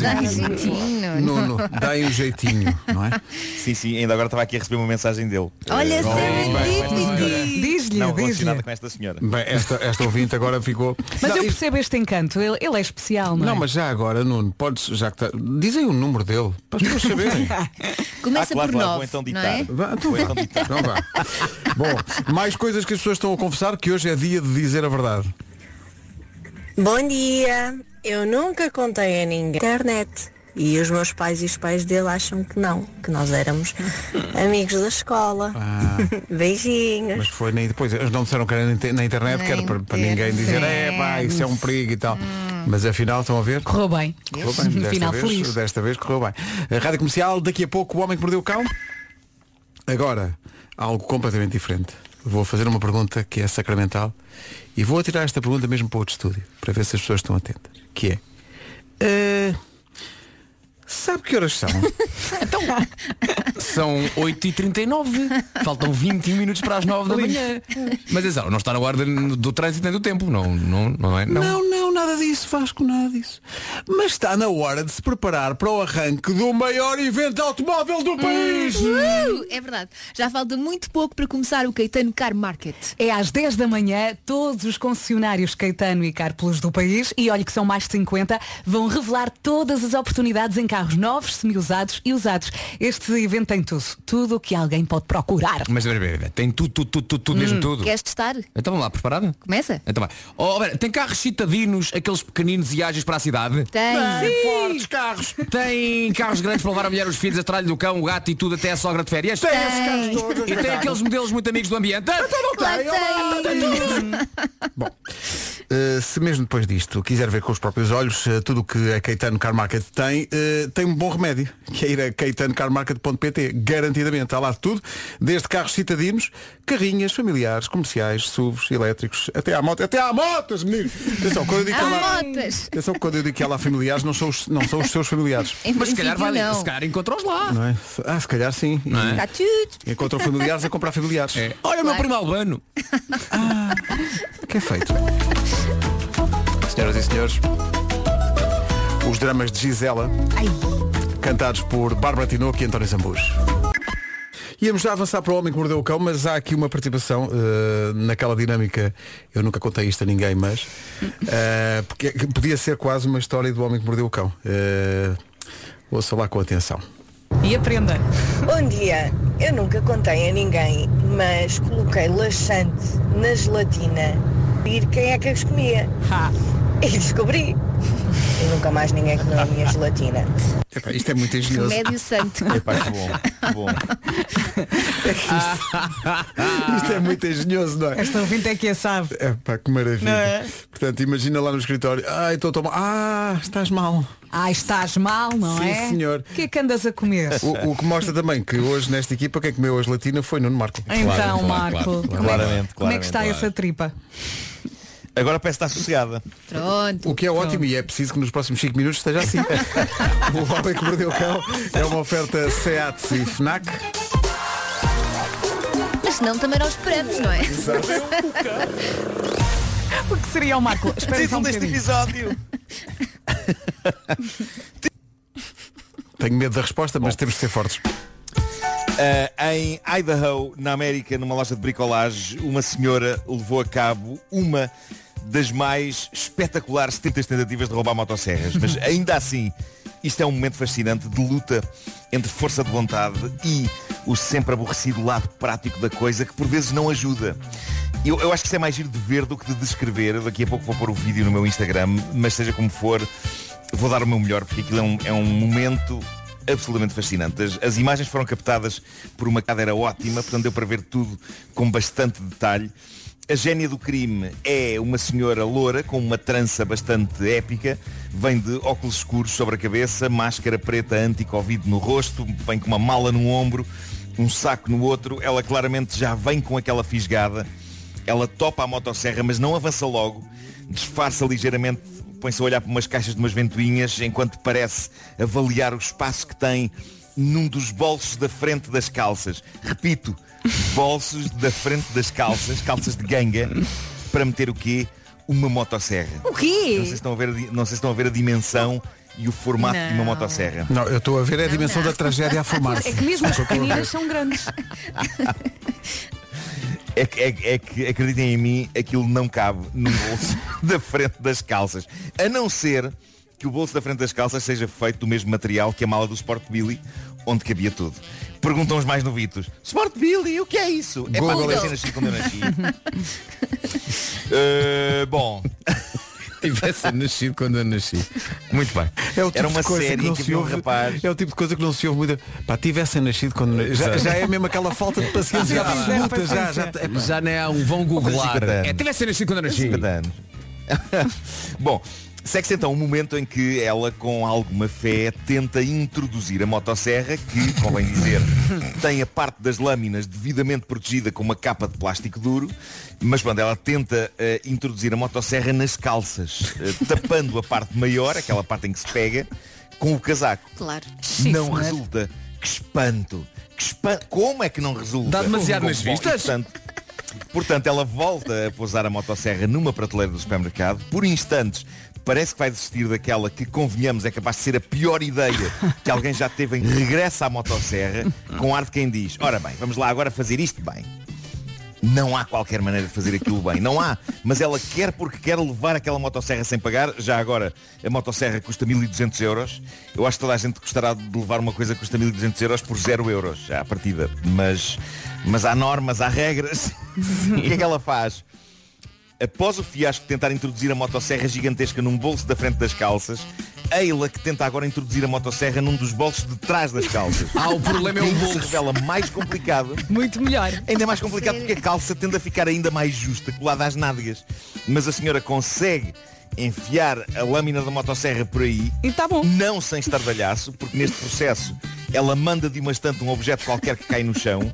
Dá um jeitinho. Nuno, dai um jeitinho, não é? Sim, sim, ainda agora estava aqui a receber uma mensagem dele. Olha, Eh, com- Sarah com esta Dignity. senhora. Diz-lhe, Não diz-lhe. relacionada com esta senhora. bem, esta, esta ouvinte agora ficou. Mas eu percebo este encanto, ele, ele é especial, não, Não, é? mas já agora, Nuno, podes, já que tá- dizem o número dele, para as pessoas saberem. Ah, Começa por nove, não é? Vá, ah, então vá. Então vá. Bom, mais coisas que as pessoas estão a confessar que hoje é dia de dizer a verdade. Bom dia! Eu nunca contei a ninguém. Internet. E os meus pais e os pais dele acham que não, que nós éramos amigos da escola. Ah. Beijinhos. Mas foi nem depois. Eles não disseram que era na inter- na internet, que era para, para ninguém dizer, é pá, isso é um perigo e tal. Mas afinal, estão a ver? Correu bem. Correu bem. Desta Final vez, feliz. Desta vez correu bem. A Rádio Comercial, daqui a pouco, o homem que mordeu o cão. Agora, algo completamente diferente. Vou fazer uma pergunta que é sacramental e vou atirar esta pergunta mesmo para outro estúdio, para ver se as pessoas estão atentas. Que é. eh, sabe que horas são? São 8h39, faltam 21 minutos para as 9 da manhã. Mas atenção, não está na guarda do trânsito nem do tempo, não, não, não é? Não, não, nada disso, Vasco, nada disso. Mas está na hora de se preparar para o arranque do maior evento automóvel do país. Uhum. Uh, é verdade. Já falta muito pouco para começar o Caetano Car Market. É às 10 da manhã, todos os concessionários Caetano e Carplus do país, e olha que são mais de 50, vão revelar todas as oportunidades em carros novos, semi-usados e usados. Este evento tem tudo, tudo o que alguém pode procurar. Mas espera, espera, espera, tem tudo, tudo, tudo, tudo, tudo, mesmo tudo. Hum, Queres testar? Então vamos lá, preparada? Começa? Então vai. Oh, Vera, tem carros citadinos, aqueles pequeninos e ágeis para a cidade? Tem. Tem fortes carros. Tem carros grandes para levar a mulher, os filhos, a tralha do cão, o gato e tudo até a sogra de férias? Tem esses Tem. carros todos, E tem verdade. aqueles modelos muito amigos do ambiente? Então não Claro que tem. Uh, se mesmo depois disto quiser ver com os próprios olhos uh, tudo o que a Caetano Car Market tem, uh, tem um bom remédio, que é ir a caetanocarmarket.pt, garantidamente. Há lá de tudo, desde carros citadinos, carrinhas, familiares, comerciais, SUVs, elétricos, até à moto, até à motas, menino! Atenção, quando eu digo que há lá- Há motas. Atenção, quando eu digo que há lá familiares, não são os, não são os seus familiares. Em Mas se calhar princípio, vai- não. se calhar encontra-os lá. Não é? Ah, se calhar sim. É. E- Tá Está tudo. Encontram familiares a comprar familiares. Olha o meu primo Albano. Que é feito. Senhoras e senhores, os dramas de Gisela, cantados por Bárbara Tinoco e António Zambujo. Íamos já avançar para o Homem que Mordeu o Cão, mas há aqui uma participação eh, naquela dinâmica, eu nunca contei isto a ninguém, mas eh, porque que podia ser quase uma história do Homem que Mordeu o Cão. Eh, ouça lá com atenção. E aprenda. Bom dia! Eu nunca contei a ninguém, mas coloquei laxante na gelatina e quem é que as comia. E descobri. E nunca mais ninguém comeu a minha gelatina. Epá, isto é muito engenhoso. Remédio santo. Epá, que bom, que bom. É que isto, isto é muito engenhoso, não é? Esta ouvinte é que a sabe. Epá, que maravilha. Não é? Portanto, imagina lá no escritório. Ai, estou tão mal. Ah, estás mal. Ai, estás mal, não Sim, é? senhor. O que é que andas a comer? O, o que mostra também que hoje nesta equipa quem comeu a gelatina foi Nuno Marco. Então, Marco, como, é, que- claramente, como é que está claramente, essa tripa? Agora parece que está sossegada. Pronto. O que é ótimo e é preciso que nos próximos 5 minutos esteja assim. o Homem que Mordeu o Cão é uma oferta SEAT e FNAC. Mas não, também não esperamos, não é? Exato. O que seria o Marco? Espera só um Título deste bocadinho. episódio. Tenho medo da resposta, mas temos de ser fortes. Ah, em Idaho, na América, numa loja de bricolagem, uma senhora levou a cabo uma das mais espetaculares 70 tentativas de roubar motosserras. Mas ainda assim, isto é um momento fascinante de luta entre força de vontade e o sempre aborrecido lado prático da coisa que por vezes não ajuda. Eu, eu acho que isso é mais giro de ver do que de descrever. Eu Daqui a pouco vou pôr o vídeo no meu Instagram, mas seja como for, vou dar o meu melhor porque aquilo é um, é um momento absolutamente fascinante. As, as imagens foram captadas por uma cadeira ótima, portanto deu para ver tudo com bastante detalhe. A génia do crime é uma senhora loura com uma trança bastante épica, vem de óculos escuros sobre a cabeça, máscara preta anti-Covid no rosto, vem com uma mala no ombro, um saco no outro, ela claramente já vem com aquela fisgada ela topa a motosserra, mas não avança logo, disfarça ligeiramente, põe-se a olhar para umas caixas de umas ventoinhas, enquanto parece avaliar o espaço que tem num dos bolsos da frente das calças. Repito, bolsos da frente das calças, calças de ganga, para meter o quê? Uma motosserra. O quê? Eu Não sei se estão a ver, a di- não sei se estão a ver a dimensão e o formato de uma Não. motosserra. Não, eu estou a ver a dimensão da tragédia a formar-se. É que mesmo as Estou a ver. pequeninas são grandes. É que, é que- é que, acreditem em mim, aquilo não cabe no bolso da frente das calças. A não ser que o bolso da frente das calças seja feito do mesmo material que a mala do Sport Billy, onde cabia tudo. Perguntam os mais novitos. Sport Billy, o que é isso? É para Google. adolescentes nasci quando eu nasci. Eh, bom. Tivesse nascido quando eu nasci. Muito bem. É o tipo Era uma de coisa série que não que se havia um ouve. rapaz- É o tipo de coisa que não se ouve muito. Pá, tivessem nascido quando. Já, Exato. já é mesmo aquela falta de paciência Já, absoluta. já, Já, já, já, é pá. já nem há um vão googlar. 50 anos. É, tivesse nascido quando eu nasci. 50 anos. Bom, segue-se então um momento em que ela, com alguma fé, tenta introduzir a motosserra, que, convém dizer, tem a parte das lâminas devidamente protegida com uma capa de plástico duro, mas pronto, ela tenta eh, introduzir a motosserra nas calças, eh, tapando a parte maior, aquela parte em que se pega, com o casaco. Claro. não é? resulta. Que espanto. Que espanto. Como é que não resulta? Dá demasiado nas Bom, vistas? Portanto, portanto, ela volta a pousar a motosserra numa prateleira do supermercado. Por instantes, parece que vai desistir daquela que, convenhamos, é capaz de ser a pior ideia que alguém já teve em regressa à motosserra, com ar de quem diz, ora bem, vamos lá agora fazer isto bem. Não há qualquer maneira de fazer aquilo bem. Não há. Mas ela quer porque quer levar aquela motosserra sem pagar. Já agora, a motosserra custa 1.200 euros. Eu acho que toda a gente gostará de levar uma coisa que custa 1.200 euros por 0 euros, já à partida. Mas, mas há normas, há regras. o que é que ela faz? Após o fiasco de tentar introduzir a motosserra gigantesca num bolso da frente das calças, Eila que tenta agora introduzir a motosserra num dos bolsos de trás das calças. Ah, o problema é o E isso bolso. se revela mais complicado. Muito melhor. Ainda mais complicado porque a calça tende a ficar ainda mais justa, colada às nádegas. Mas a senhora consegue enfiar a lâmina da motosserra por aí. E tá bom. Não sem estardalhaço, porque neste processo ela manda de uma estante um objeto qualquer que cai no chão.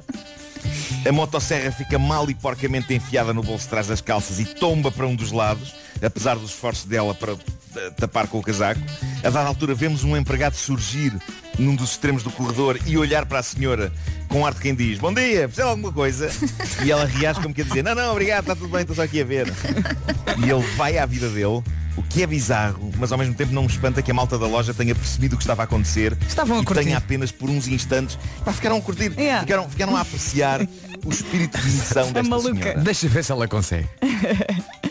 A motosserra fica mal e porcamente enfiada no bolso de trás das calças e tomba para um dos lados, apesar do esforço dela para eh, tapar com o casaco. A dada altura vemos um empregado surgir num dos extremos do corredor e olhar para a senhora com ar de quem diz Bom dia, precisa de alguma coisa? E ela reage como quer dizer Não, não, obrigado, está tudo bem, estou só aqui a ver. E ele vai à vida dele, o que é bizarro, mas ao mesmo tempo não me espanta que a malta da loja tenha percebido o que estava a acontecer Estavam a e curtir. tenha apenas por uns instantes. Pá, ficaram a curtir, Yeah. ficaram, ficaram a apreciar o espírito de missão desta senhora. Deixa ver se ela consegue.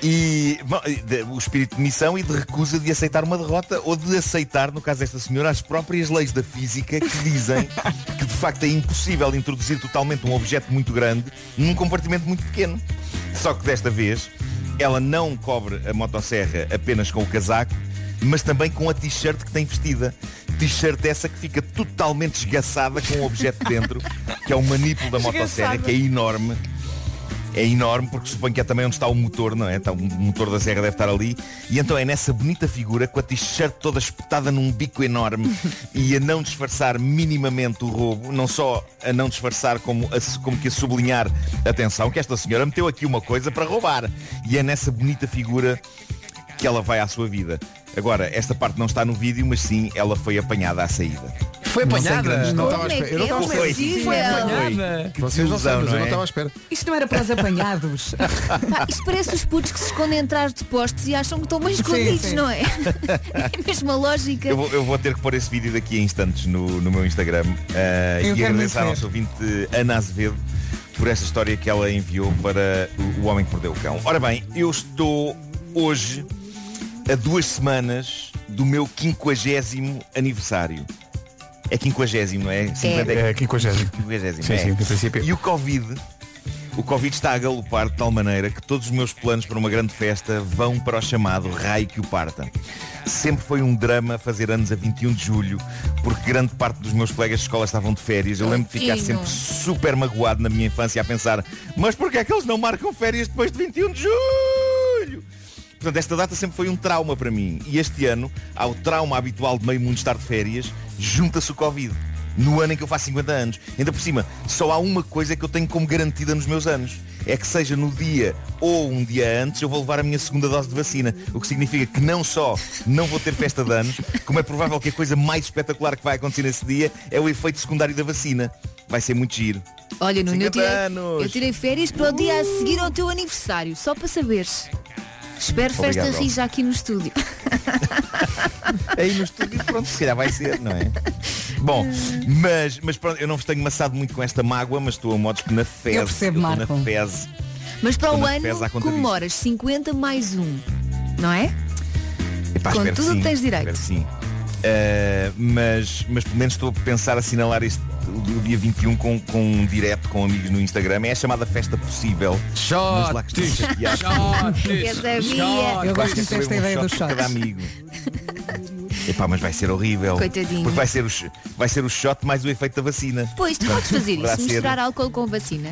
E bom, de- o espírito de missão e de recusa de aceitar uma derrota ou de aceitar, no caso desta senhora, as próprias leis da física que dizem que de facto é impossível introduzir totalmente um objeto muito grande num compartimento muito pequeno. Só que desta vez ela não cobre a motosserra apenas com o casaco, mas também com a t-shirt que tem vestida. T-shirt essa que fica totalmente esgaçada com um objeto dentro, que é o manípulo da motosserra, Esgaçada. que é enorme. É enorme porque suponho que é também onde está o motor, não é? Está, o motor da serra deve estar ali. E então é nessa bonita figura com a t-shirt toda espetada num bico enorme e a não disfarçar minimamente o roubo, não só a não disfarçar como, a su- como que a sublinhar, atenção, que esta senhora meteu aqui uma coisa para roubar. E é nessa bonita figura que ela vai à sua vida. Agora, esta parte não está no vídeo, mas sim, ela foi apanhada à saída. Foi Não apanhada? sem grandes Não histórias. estava à espera- eu não estava à espera. Foi. é Foi Foi. apanhada. Que Vocês não sabem, desilusão, mas eu não é? estava à espera. Isto não era para os apanhados. Pá, isto parece os putos que se escondem atrás de postes e acham que estão bem escondidos, sim. não é? É a mesma lógica. Eu vou, eu vou ter que pôr esse vídeo daqui a instantes no, no meu Instagram Ah, Eu e quero agradecer à ver. nossa ouvinte Ana Azevedo por esta história que ela enviou para o, o Homem que Mordeu o Cão. Ora bem, eu estou hoje a duas semanas do meu 50 aniversário. É 50, não é? 50 É 50º. 50º, Sim, é. sim, em princípio. E o Covid, o Covid está a galopar de tal maneira que todos os meus planos para uma grande festa vão para o chamado raio que o parta. Sempre foi um drama fazer anos a 21 de julho, porque grande parte dos meus colegas de escola estavam de férias. Eu lembro de ficar Tadinho. sempre super magoado na minha infância a pensar, mas porquê é que eles não marcam férias depois de 21 de julho? Portanto, esta data sempre foi um trauma para mim. E este ano, ao trauma habitual de meio mundo estar de férias, junta-se o Covid. No ano em que eu faço 50 anos. Ainda por cima, só há uma coisa que eu tenho como garantida nos meus anos. É que seja no dia ou um dia antes, eu vou levar a minha segunda dose de vacina. O que significa que não só não vou ter festa de anos, como é provável que a coisa mais espetacular que vai acontecer nesse dia é o efeito secundário da vacina. Vai ser muito giro. Olha, Nuno, eu 50 tirei, anos. eu tirei férias para o dia a seguir ao teu aniversário, só para saberes. Espero festa Obrigado. rija aqui no estúdio. aí no estúdio, pronto, se calhar vai ser, não é? Bom, mas, mas pronto, eu não vos tenho maçado muito com esta mágoa, mas estou a modos que na fez. Eu percebo, Marco. Na fez. Mas para Quando o a pesa à ano conta comemoras 50 mais um, não é? Epá, Com espero tudo sim, tens direito. espero que sim. Ah, mas, mas pelo menos estou a pensar assinalar este o dia 21 com, com um direct com amigos no Instagram. É a chamada festa possível. Mas lá que estou chateado. Essa é a minha. Eu gosto muito Quase que desta recebo um ideia dos shot de cada shots. amigo. Epá, mas vai ser horrível. Coitadinho. Porque vai ser, o, sh- vai ser o shot mais o efeito da vacina. Pois, tu Portanto, podes fazer poderá isso, ser- misturar álcool com vacina.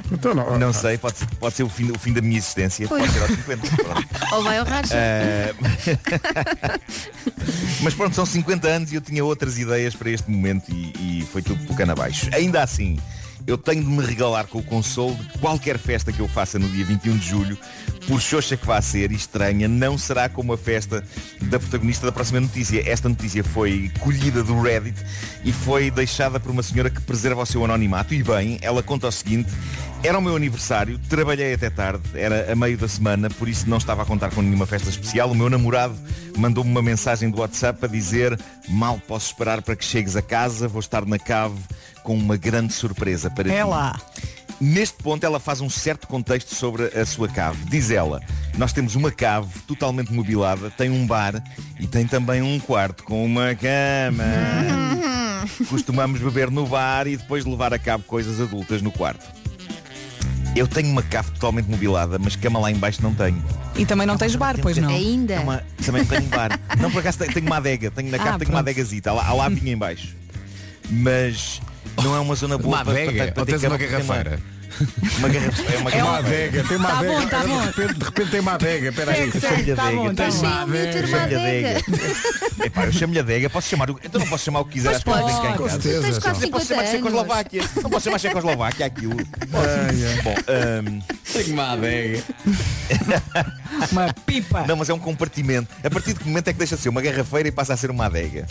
não, sei, pode ser, pode ser o, fim, o fim da minha existência. Pois. Pode ser aos 50. pronto. Ou vai ao racha. Eh, Mas pronto, são 50 anos e eu tinha outras ideias para este momento e, e foi tudo por cana abaixo. Ainda assim, eu tenho de me regalar com o consolo de que qualquer festa que eu faça no dia 21 de julho, por xoxa que vá ser e estranha, não será como a festa da protagonista da próxima notícia. Esta notícia foi colhida do Reddit e foi deixada por uma senhora que preserva o seu anonimato. E bem, ela conta o seguinte, era o meu aniversário, trabalhei até tarde, era a meio da semana, por isso não estava a contar com nenhuma festa especial. O meu namorado mandou-me uma mensagem do WhatsApp a dizer mal posso esperar para que chegues a casa, vou estar na cave com uma grande surpresa para ti. É lá. Neste ponto ela faz um certo contexto sobre a sua cave. Diz ela, nós temos uma cave totalmente mobilada, tem um bar e tem também um quarto com uma cama. Costumamos beber no bar e depois levar a cabo coisas adultas no quarto. Eu tenho uma cave totalmente mobilada, mas cama lá em baixo não tenho. E também não tens bar, pois não? Ainda. Também tenho um bar. Não, por acaso tenho- tenho uma adega. Tenho na Ah, cave tenho uma pronto. adegazita. Há lá, há lá vinho em baixo. Mas não é uma zona boa Uma para, para, adega? para, Ou ter tens é cama uma porque tem garrafeira? Uma garrafeira. É uma Tem uma garrafeira. adega, tem uma Tá adega. bom, tá bom. De, repente, de repente tem uma adega, peraí. Sim, sim, Chama-lhe tá adega, bom, tá tem bom. uma adega. Chama-lhe adega. Epá, eu chamo-lhe adega, posso chamar o... Então não posso chamar o que quiser Mas às pessoas podes. que têm cá em Com casa. certeza, Tens quase Eu posso chamar 50 Checoslováquia. Não posso chamar Checoslováquia aquilo. Bom, hum, Tenho uma adega. uma pipa. Não, mas é um compartimento. A partir de que momento é que deixa de ser uma garrafeira e passa a ser uma adega?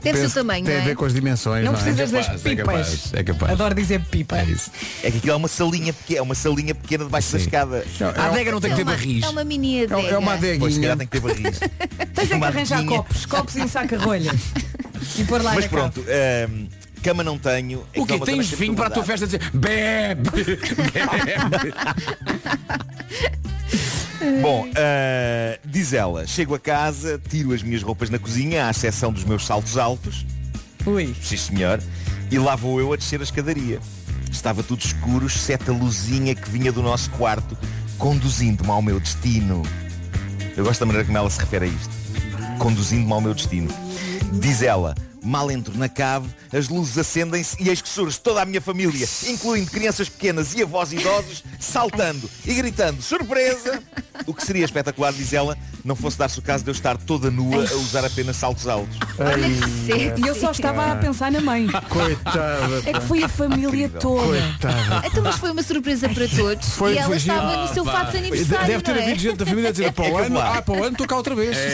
Deve ser o tamanho, não Tem a ver é? com as dimensões. Não é? precisas das pipas. é capaz. Adoro dizer pipa. É que aquilo é uma salinha pequena, é uma salinha pequena debaixo da escada. A adega não é um- tem que ter barris. É uma mini adega. Pois, se calhar tem que ter barris. Tens é que Uma arranjar adeguinha. copos, copos e um saca-rolha. E pôr lá Mas na pronto, hum, cama não tenho. então O quê? Tens vinho para a tua festa dizer bebe, bebe. Bom, ah, diz ela, chego a casa, tiro as minhas roupas na cozinha, à exceção dos meus saltos altos. Ui. Sim, senhor. E lá vou eu a descer a escadaria. Estava tudo escuro, exceto a luzinha que vinha do nosso quarto, conduzindo-me ao meu destino. Eu gosto da maneira como ela se refere a isto. Conduzindo-me ao meu destino. Diz ela, mal entro na cave, as luzes acendem-se e eis que surge toda a minha família, incluindo crianças pequenas e avós idosos, saltando e gritando, surpresa! O que seria espetacular, diz ela, não fosse dar-se o caso de eu estar toda nua a usar apenas saltos altos. Olha que cedo. é E eu só estava a pensar na mãe. Coitada. É que foi a família toda. Coitada. Então, mas foi uma surpresa para todos. Foi- e ela foi estava giro. no seu Ah, fato de pá. aniversário. Deve ter não é? havido gente da família a dizer, "Pá, o ano- ah, pá, o ano estou cá outra vez." Sim,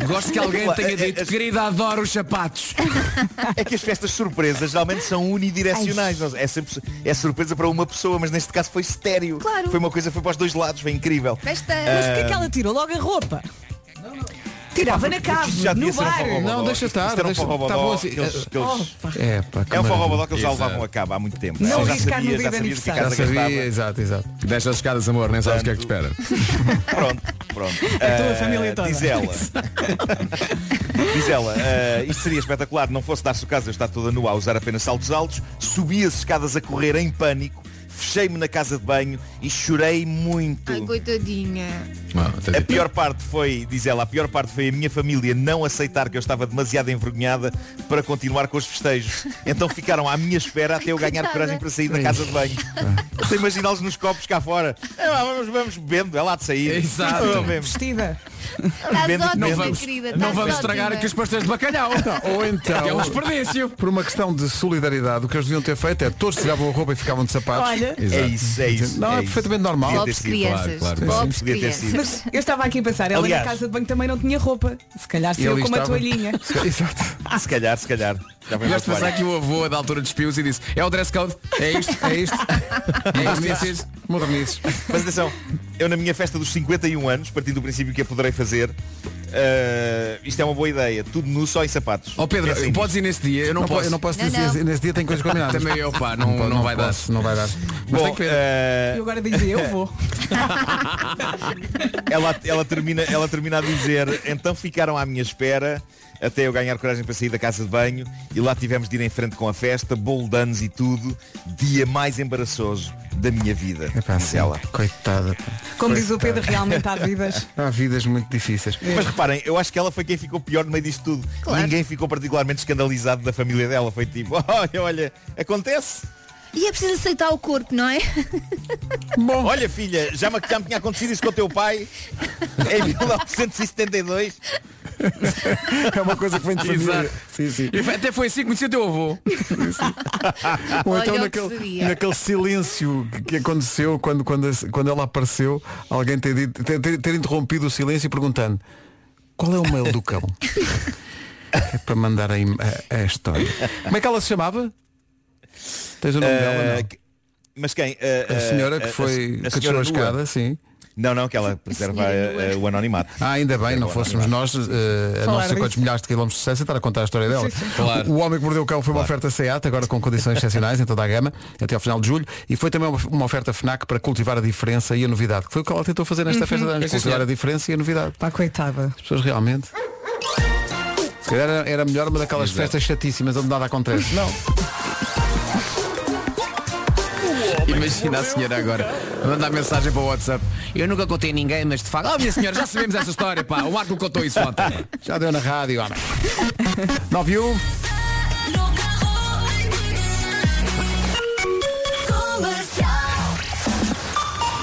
É Gosto que alguém tenha dito, querida, adoro os sapatos. É que as festas surpresas geralmente são unidirecionais. não é? É, sempre, é surpresa para uma pessoa, mas neste caso foi estéreo. Claro. Foi uma coisa, foi para os dois lados, foi incrível. Ah, Festa. Mas porquê que ela tirou logo a roupa? Tirava na cave, Já no devia ser um bar. forró bodó. Não, deixa Isto era estar, um deixa- forró tá bodó bom assim. que eles- que eles- É, pá, que É um forró maravilha. bodó que eles já Exato. levavam a cabo há muito tempo. Não Ela né? já arriscar no sabia, dia já de sabia de que a Já casa gastava. sabia, exato, exato. Deixa as escadas, amor, nem sabes o que é que te espera. Pronto, pronto. É A tua Ah, família toda. Diz ela. diz ela, ah, isto seria espetacular, não fosse dar-se o caso, eu estar toda nua a usar apenas saltos altos, subi as escadas a correr em pânico, fechei-me na casa de banho e chorei muito. Ai, coitadinha. A pior parte foi, diz ela, a pior parte foi a minha família não aceitar que eu estava demasiado envergonhada para continuar com os festejos. Então ficaram à minha espera até eu ganhar coitada. coragem para sair da casa de banho. Você imaginá-los nos copos cá fora. É, lá, vamos, vamos bebendo, é lá de sair. Exato. Vamos bebendo. Vestida. Bento, Estás Bento. ótima, Não querida. Não estás vamos ótima. estragar aqui os pastéis de bacalhau. Ou então, Que é um desperdício. por uma questão de solidariedade, o que eles deviam ter feito é todos tiravam a roupa e ficavam de sapatos. Olha. Exato. É isso, é isso. Não, é, é isso. perfeitamente normal. Devia ter sido, crianças. Claro, Sim, sim. claro, Devia ter sido. Mas eu estava aqui a pensar, ela Aliás. na casa de banho também não tinha roupa. Se calhar Assim, se E eu ali com uma estava. toalhinha. Exato. Ah, Se calhar, se calhar. Já vem Gosto de mais pensar trabalho. que o avô da altura dos pios e disse, é o dress code, é isto, é isto. É isto, é isto. Modernizes. Mas atenção, eu na minha festa dos 51 anos, partindo do princípio que a poderei fazer, eh, isto é uma boa ideia. Tudo nu, só em sapatos. Ó Oh, Pedro, É assim. podes ir nesse dia, eu não, Não po- posso. eu não posso Não, dizer, não. nesse dia tem coisas combinadas. Também eu, pá, não, Não não, po- não vai posso, dar. não vai dar. Bom, eh, Eu agora dizia, eu vou. ela, ela, termina, ela termina a dizer Então ficaram à minha espera Até eu ganhar coragem para sair da casa de banho E lá tivemos de ir em frente com a festa Bolo de anos e tudo Dia mais embaraçoso da minha vida Diz ela. Coitada. pá. Como diz o Pedro, realmente há vidas. Há vidas muito difíceis. Mas reparem, eu acho que ela foi quem ficou pior no meio disto tudo É. Claro. Ninguém ficou particularmente escandalizado da família dela Foi tipo, olha, olha, acontece E é preciso aceitar o corpo, não é? Olha filha, já me, já me tinha acontecido isso com o teu pai Em 1972 É uma coisa que vem de família. Exato. Sim, sim. E Até foi assim que conheci o teu avô. Ou Olha então o que naquele, seria. naquele silêncio que- que aconteceu quando, quando, a- quando ela apareceu, alguém ter, dito- ter, ter- ter interrompido o silêncio perguntando qual é o mail do cão? É para mandar a, im- a- a história. Como é que ela se chamava? Tens o nome Eh, dela? não? que- Mas quem? Ah, A senhora que foi- que desceu a escada, sim. Não, não, que ela preserva senhora eh, eh, o anonimato. Ah, ainda bem, não fóssemos nós, eh, a Falar não sei quantos disso. milhares de quilómetros de distância, estar a contar a história dela. Sim, sim. Claro. O Homem que Mordeu o Cão foi uma oferta SEAT, agora com condições excepcionais em toda a gama, até ao final de julho, e foi também uma- uma oferta FNAC para cultivar a diferença e a novidade, que foi o que ela tentou fazer nesta Uhum. festa de anos, Sim, cultivar senhor. a diferença e a novidade. Pá, coitada. As pessoas realmente... Se calhar era- era melhor uma daquelas festas chatíssimas onde nada acontece. Não. Imagina a senhora agora a mandar mensagem para o WhatsApp. Eu nunca contei a ninguém, mas de facto. Ah, minha senhora, já sabemos essa história, pá. O Marco contou isso ontem. Já deu na rádio, homem. 9 e 1.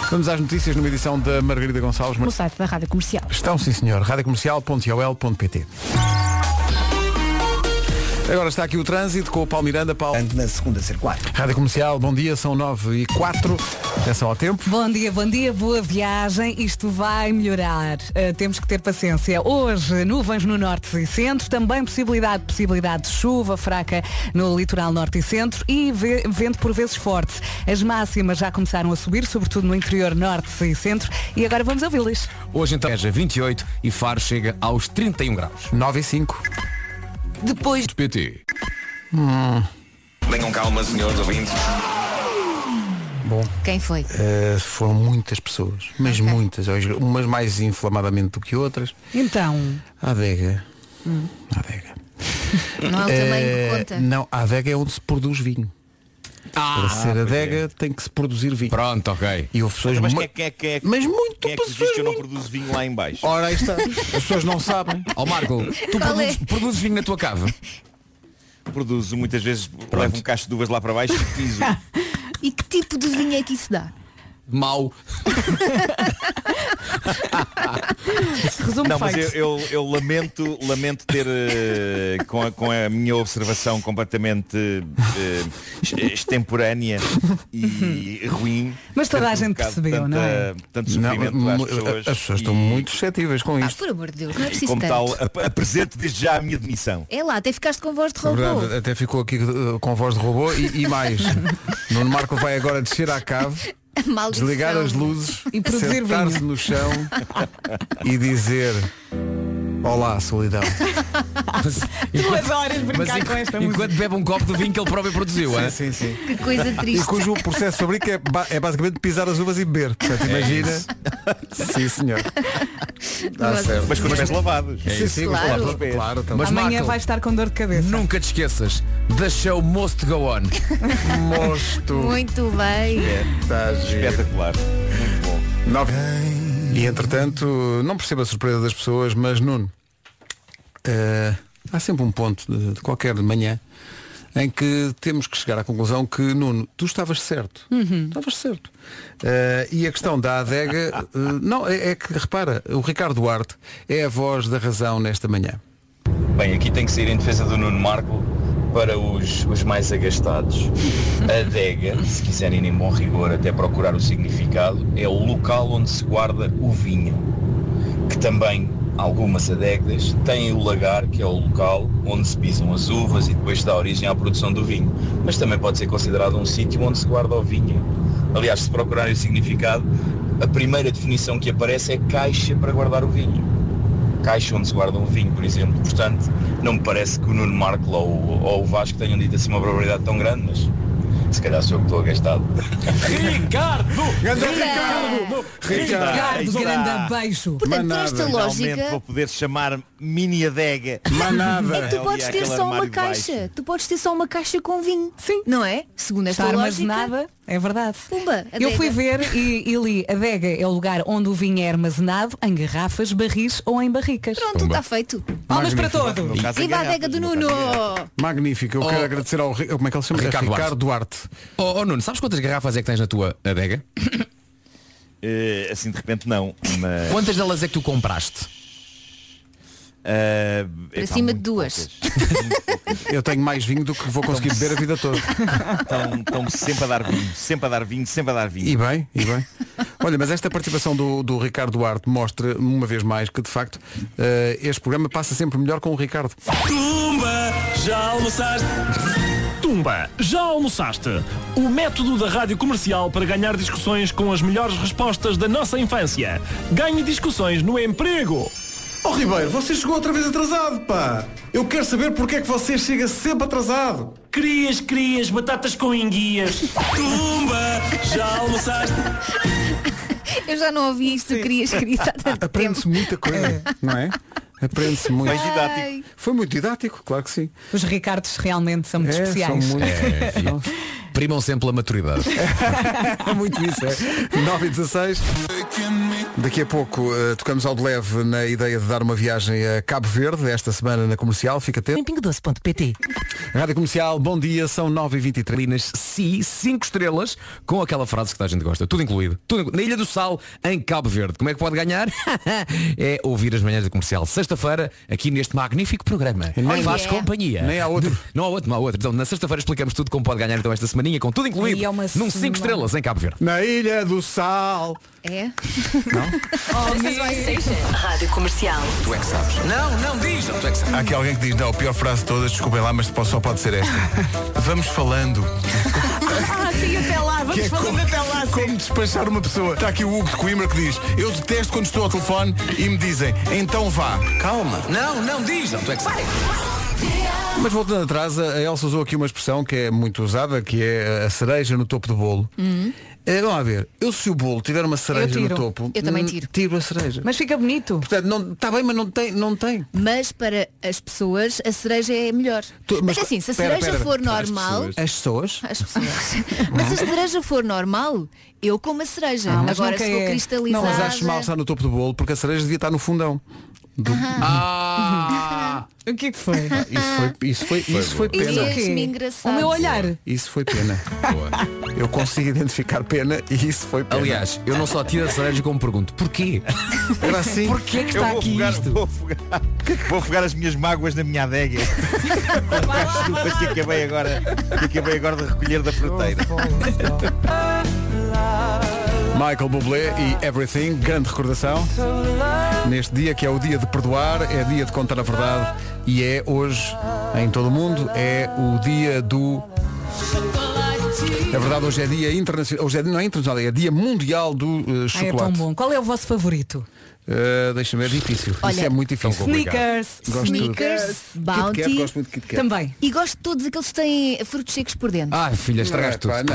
Vamos às notícias numa edição da Margarida Gonçalves. No site da Rádio Comercial. Estão, sim senhor. radiocomercial.iol.pt Agora está aqui o trânsito com o Paulo Miranda. Paulo. Na segunda circular. Rádio Comercial, bom dia, são 9 e 4. Atenção ao tempo. Bom dia, bom dia, boa viagem. Isto vai melhorar. Uh, temos que ter paciência. Hoje, nuvens no norte e centro, também possibilidade, possibilidade de chuva fraca no litoral norte e centro e ve- vento por vezes forte. As máximas já começaram a subir, sobretudo no interior norte e centro, e agora vamos ouvi-las. Hoje então Beja 28 e Faro chega aos 31 graus. 9 e 5. Depois de PT. Hum, Tenham calma, senhores ouvintes. Bom. Quem foi? eh, foram muitas pessoas, mas muitas, umas mais inflamadamente do que outras. Então, A adega. Hum. A adega. Não é o tamanho Eh, que conta. Não, a adega é onde se produz vinho. Ah, Para ser adega tem que se produzir vinho. Pronto, ok. E houve pessoas Mas mu- quem é, quem é, quem é, Mas muito quem é que diz que eu não produzo vinho lá em baixo? Ora, aí está. As pessoas não sabem. Ó Marco, tu Qual é? produzes, produzes vinho na tua cava? Produzo, muitas vezes levo um cacho de uvas lá para baixo e piso. E que tipo de vinho é que isso dá? Mau. Resumo não, mas feito. eu, eu- eu lamento, lamento ter eh, com, a, com a minha observação completamente eh, ex- extemporânea e ruim. Mas toda a ter gente provocado percebeu, tanta- não é? Tanto sofrimento Não, às mu- pessoas. as pessoas estão muito suscetíveis com Ah, isto. por amor de Deus, não é E preciso como tal, tanto. ap- apresento desde já a minha demissão. É lá, até ficaste com voz de Na robô. É verdade, até ficou aqui uh, com voz de robô e, e mais. Nuno Marco vai agora descer à cave, Maldição. desligar as luzes, E produzir sentar-se vinho. no chão e dizer Olá, solidão. Duas horas brincar enqu- com esta música. enquanto bebe um copo de vinho que ele próprio produziu, Sim, é? sim, sim. Que coisa E triste. cujo processo fabrico é, ba- é basicamente pisar as uvas e beber. Portanto, É imagina. isso. sim, senhor. Dá Mas- certo. Mas com os pés lavados. Sim, sim, mas Claro. claro, claro, tá Mas Amanhã Marco, vai estar com dor de cabeça. nunca te esqueças. The show must go on. bom. Mosto. Muito bem. Tá giro. Espetacular. Muito bom. Nove. E entretanto, não percebo a surpresa das pessoas, mas Nuno, eh, há sempre um ponto de, de qualquer manhã em que temos que chegar à conclusão que Nuno, tu estavas certo. Uhum. Estavas certo. Eh, e a questão da adega, eh, não, é, é que repara, o Ricardo Duarte é a voz da razão nesta manhã. Bem, aqui tem que sair em defesa do Nuno Marco para os, os mais agastados. Adega, se quiserem em bom rigor até procurar o significado, é o local onde se guarda o vinho, que também algumas adegas têm o lagar, que é o local onde se pisam as uvas e depois dá origem à produção do vinho, mas também pode ser considerado um sítio onde se guarda o vinho. Aliás, se procurarem o significado, a primeira definição que aparece é caixa para guardar o vinho caixa onde se guarda um vinho, por exemplo. Portanto, não me parece que o Nuno Marco ou, ou o Vasco tenham dito assim uma barbaridade tão grande, mas se calhar sou eu que estou agastado. Ricardo! Grande Ricardo! Ricardo, Está, está. grande beijo. Portanto, por esta Manada. Finalmente lógica, vou poder chamar mini adega. Manada. é que tu Ali podes ter àquele só uma armário de baixo. caixa. Tu podes ter só uma caixa com vinho. Sim. Não é? Segundo esta Está lógica. armazenada, é verdade. Pumba, Eu adega. fui ver e, e li, adega é o lugar onde o vinho é armazenado em garrafas, barris ou em barricas. Pronto, está feito. Palmas para Magnífico. todos. No caso, em Viva a adega garrafas, do no caso, Nuno! em garrafas. Magnífico, eu Oh. quero agradecer ao Ri- como é que ele se chama? Ricardo Duarte. Duarte. Oh, oh, Nuno, sabes quantas garrafas é que tens na tua adega? Eh, assim de repente não, mas Quantas delas é que tu compraste? eh, Para epá, cima de muito duas. Eu tenho mais vinho do que vou conseguir beber a vida toda. Estão, estão sempre a dar vinho, sempre a dar vinho, sempre a dar vinho. E bem, e bem. Olha, mas esta participação do, do Ricardo Duarte mostra, uma vez mais, que de facto eh, este programa passa sempre melhor com o Ricardo. Tumba, já almoçaste? Tumba, já almoçaste? O método da rádio comercial para ganhar discussões com as melhores respostas da nossa infância. Ganhe discussões no emprego. Oh Ribeiro, você chegou outra vez atrasado, pá! Eu quero saber porque é que você chega sempre atrasado! Crias, crias, batatas com enguias. Tumba, já almoçaste? Eu já não ouvi isto, queria escrita. Aprende-se muita coisa, não é? Aprende-se muito. Mais didático. Foi muito didático, claro que sim. Os Ricardos realmente são muito É, são especiais. muito. É, Primam sempre a maturidade. É muito isso, é. 9 e 16. Daqui a pouco eh, tocamos ao de leve na ideia de dar uma viagem a Cabo Verde, esta semana na comercial, fica atento. Pingo12.pt Rádio Comercial, bom dia, são 9 e 23 Linas, si, 5 estrelas, com aquela frase que toda a gente gosta. Tudo incluído. Tudo inclu- Na Ilha do Sal, em Cabo Verde. Como é que pode ganhar? é ouvir as manhãs da comercial. Sexta-feira, aqui neste magnífico programa. nem- é. faz Oh, yeah. companhia. Nem há outro. Não há outro, não há outro. Então, na sexta-feira explicamos tudo como pode ganhar então esta semaninha, com tudo incluído. Ai, é uma num 5 semana. estrelas em Cabo Verde. Na Ilha do Sal. É? Rádio Comercial. Tu é que sabes. Não, não diz. Não, tu é que sabes. Há aqui alguém que diz, não, a pior frase de todas, desculpem lá, mas só pode ser esta. Vamos falando. Ah, sim, até lá, vamos Que é falando como- até lá. sim. Como despachar uma pessoa? Está aqui o Hugo de Coimbra que diz, eu detesto quando estou ao telefone e me dizem, então vá. Calma. Não, não diz. Não, tu é que sabes. Mas voltando atrás, a a Elsa usou aqui uma expressão que é muito usada, que é a cereja no topo do bolo. Eh, Vamos lá ver, eu se o bolo tiver uma cereja no tiro. topo, Hum. Eu também hum, tiro. a cereja. Mas fica bonito. Portanto, não, está bem, mas não tem. Não tem. Mas para as pessoas a cereja é melhor. Tu- mas, mas- assim, se a pera, cereja pera, for pera, as normal, pessoas. As pessoas? As pessoas. mas se a cereja for normal, eu como a cereja. Ah, mas Agora nunca se for é. cristalizada. Não, mas acho mal estar no topo do bolo porque a cereja devia estar no fundão. Do... Ah! O que é que foi? Isso foi, isso foi, isso foi Isso é pena. fez-me engraçado. O meu olhar. Isso foi pena. Eu consigo identificar pena e isso foi pena. Aliás, eu não só tiro a cereja como pergunto, porquê? Era assim. Porquê que Eu está vou aqui afogar- isto? Vou afogar, vou afogar as minhas mágoas na minha adega. Desculpas que acabei agora, que acabei agora de recolher da fruteira. Michael Bublé e Everything, grande recordação. Neste dia que é o dia de perdoar, é dia de contar a verdade e é hoje, em todo o mundo, é o dia do. É verdade, hoje é dia internacional, hoje é, não é internacional, é dia mundial do Ai, eh, é tão chocolate. bom. Qual é o vosso favorito? Eh, Deixa-me, é difícil. Isso é muito difícil. Sneakers, Gosto de- Snickers, Kit Kat, Bounty. gosto muito de Kit Kat. E gosto de todos aqueles que têm frutos secos por dentro. Ai, filha, estragaste tudo. Não, não.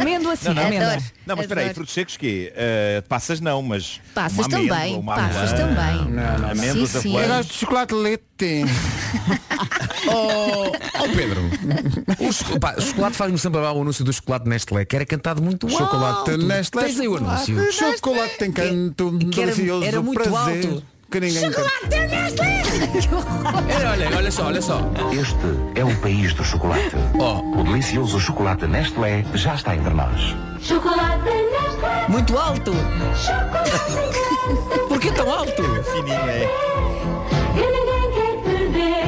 Amêndoa sim, Não, não. amêndoa. Não, mas espera aí, Adoro. frutos secos quê? Eh, passas não, mas. Passas uma amêndoa, também, uma passas avelã, também. Não, não. Amêndoas, Sim, sim. Eu avelãs. gosto de chocolate leite. Oh, oh, Pedro, o, cho- pá, o chocolate faz-me sempre lembrar o anúncio do chocolate Nestlé, que era cantado muito alto. Chocolate Nestlé. Tens aí o anúncio. Chocolate tem canto que era- delicioso era muito prazer, alto. Que ninguém canta. Era, É, olha, olha só, olha só. Este é o país do chocolate. Oh. O delicioso chocolate Nestlé já está entre nós. Chocolate Muito alto. Por que tão alto? Fininho, é. E ninguém quer perder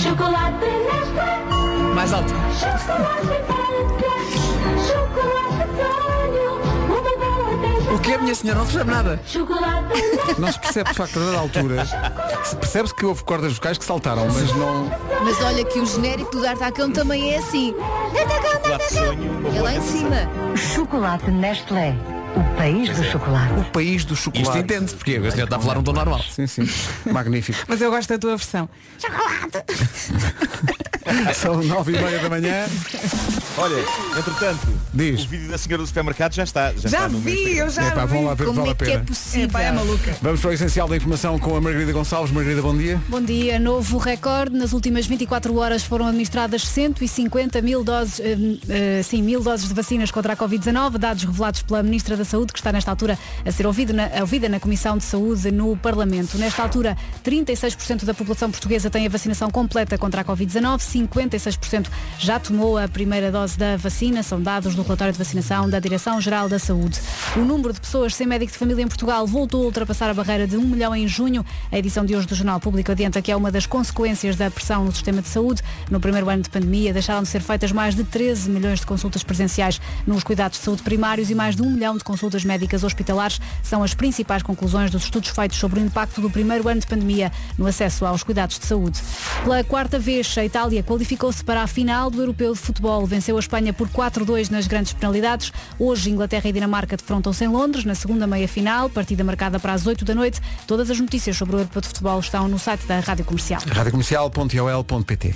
Chocolate Nestlé Mais alto Chocolate O que é, minha senhora? Não percebe nada. Não se percebe de facto da altura. Se percebe que houve cordas vocais que saltaram, mas não. Mas olha que o genérico do D'Artacão também é assim. D'Artacão, D'Artacão. É lá em cima. Chocolate Nestlé, o país do chocolate. O país do chocolate. Isto entende-se, porque eu já está a falar um tom normal. Sim, sim. Magnífico. Mas eu gosto da tua versão. São nove e meia da manhã. Olha, entretanto, Diz. o vídeo da senhora do supermercado já está. Já, está Já no meu vi, eu já Epá, vi. vão lá ver, vale a pena. possível? Epá, é maluca. Vamos para o essencial da informação com a Margarida Gonçalves. Margarida, bom dia. Bom dia, novo recorde. Nas últimas 24 horas foram administradas 150 mil doses, hum, eh, sim, mil doses de vacinas contra a Covid-19, dados revelados pela Ministra da Saúde, que está nesta altura a ser ouvido na- ouvida na Comissão de Saúde no Parlamento. Nesta altura, 36% da população portuguesa tem a vacinação completa contra a Covid-19, 56% já tomou a primeira dose da vacina, são dados do relatório de vacinação da Direção-Geral da Saúde. O número de pessoas sem médico de família em Portugal voltou a ultrapassar a barreira de 1 milhão em junho. A edição de hoje do Jornal Público adianta que é uma das consequências da pressão no sistema de saúde. No primeiro ano de pandemia, deixaram de ser feitas mais de 13 milhões de consultas presenciais nos cuidados de saúde primários e mais de 1 milhão de consultas médicas hospitalares. São as principais conclusões dos estudos feitos sobre o impacto do primeiro ano de pandemia no acesso aos cuidados de saúde. Pela quarta vez, a Itália qualificou-se para a final do Europeu de Futebol. Venceu a Espanha por 4-2 nas grandes penalidades. Hoje, Inglaterra e Dinamarca defrontam-se em Londres, na segunda meia-final, partida marcada para as 8 da noite. Todas as notícias sobre o Europeu de Futebol estão no site da Rádio Comercial. Radiocomercial.ol.pt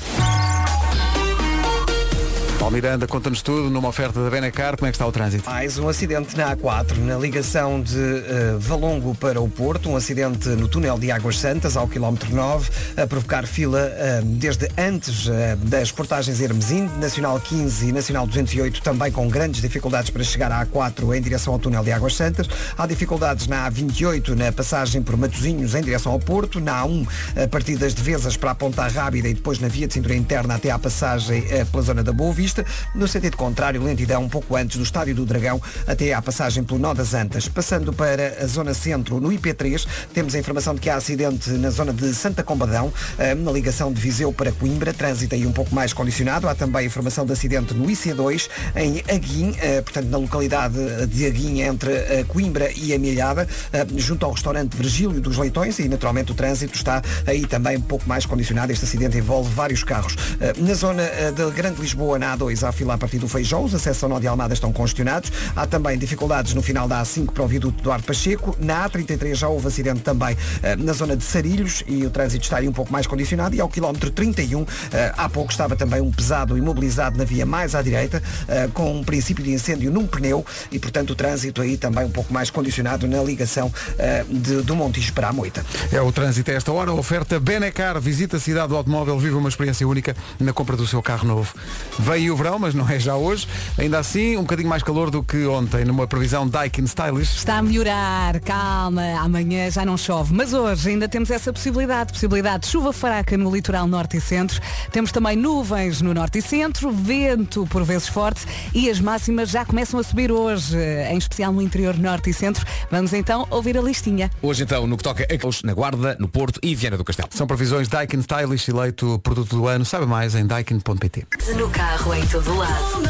Paulo Miranda, conta-nos tudo numa oferta da Benacar. Como é que está o trânsito? Mais um acidente na A4, na ligação de eh, Valongo para o Porto, um acidente no túnel de Águas Santas, ao quilómetro 9, a provocar fila eh, desde antes eh, das portagens Hermesinde, Nacional 15 e Nacional 208, também com grandes dificuldades para chegar à A4 em direção ao túnel de Águas Santas. Há dificuldades na A28, na passagem por Matosinhos em direção ao Porto, na A1, a partir das Devesas para a Ponta Rábida e depois na via de cintura interna até à passagem eh, pela zona da Boa Vista. No sentido contrário, lentidão um pouco antes do Estádio do Dragão até à passagem pelo Nó das Antas. Passando para a zona centro, no IP3, temos a informação de que há acidente na zona de Santa Combadão, eh, na ligação de Viseu para Coimbra, trânsito aí um pouco mais condicionado. Há também a informação de acidente no IC2, em Aguim, eh, portanto na localidade de Aguim, entre eh, Coimbra e a Milhada, eh, junto ao restaurante Virgílio dos Leitões, e naturalmente o trânsito está aí também um pouco mais condicionado. Este acidente envolve vários carros. Eh, Na zona eh, da Grande Lisboa, na A2, A2 à fila a partir do Feijó, os acessos ao Nó de Almada estão congestionados. Há também dificuldades no final da A5 para o viaduto Eduardo Pacheco. Na A33 já houve acidente também eh, na zona de Sarilhos e o trânsito está aí um pouco mais condicionado. E ao quilómetro 31, eh, há pouco estava também um pesado imobilizado na via mais à direita, eh, com um princípio de incêndio num pneu e, portanto, o trânsito aí também um pouco mais condicionado na ligação eh, de- do Montijo para a Moita. É o trânsito a esta hora, oferta Benecar, visita a cidade do automóvel, vive uma experiência única na compra do seu carro novo. Veio o verão, mas não é já hoje. Ainda assim, um bocadinho mais calor do que ontem, numa previsão Daikin Stylish. Está a melhorar, calma, amanhã já não chove. Mas hoje ainda temos essa possibilidade, possibilidade de chuva fraca no litoral norte e centro. Temos também nuvens no norte e centro, vento por vezes forte e as máximas já começam a subir hoje, em especial no interior norte e centro. Vamos então ouvir a listinha. Hoje então, no que toca a Cous, na Guarda, no Porto e Viana do Castelo. São previsões Daikin Stylish, eleito produto do ano. Sabe mais em daikin.pt. No carro em todo lado.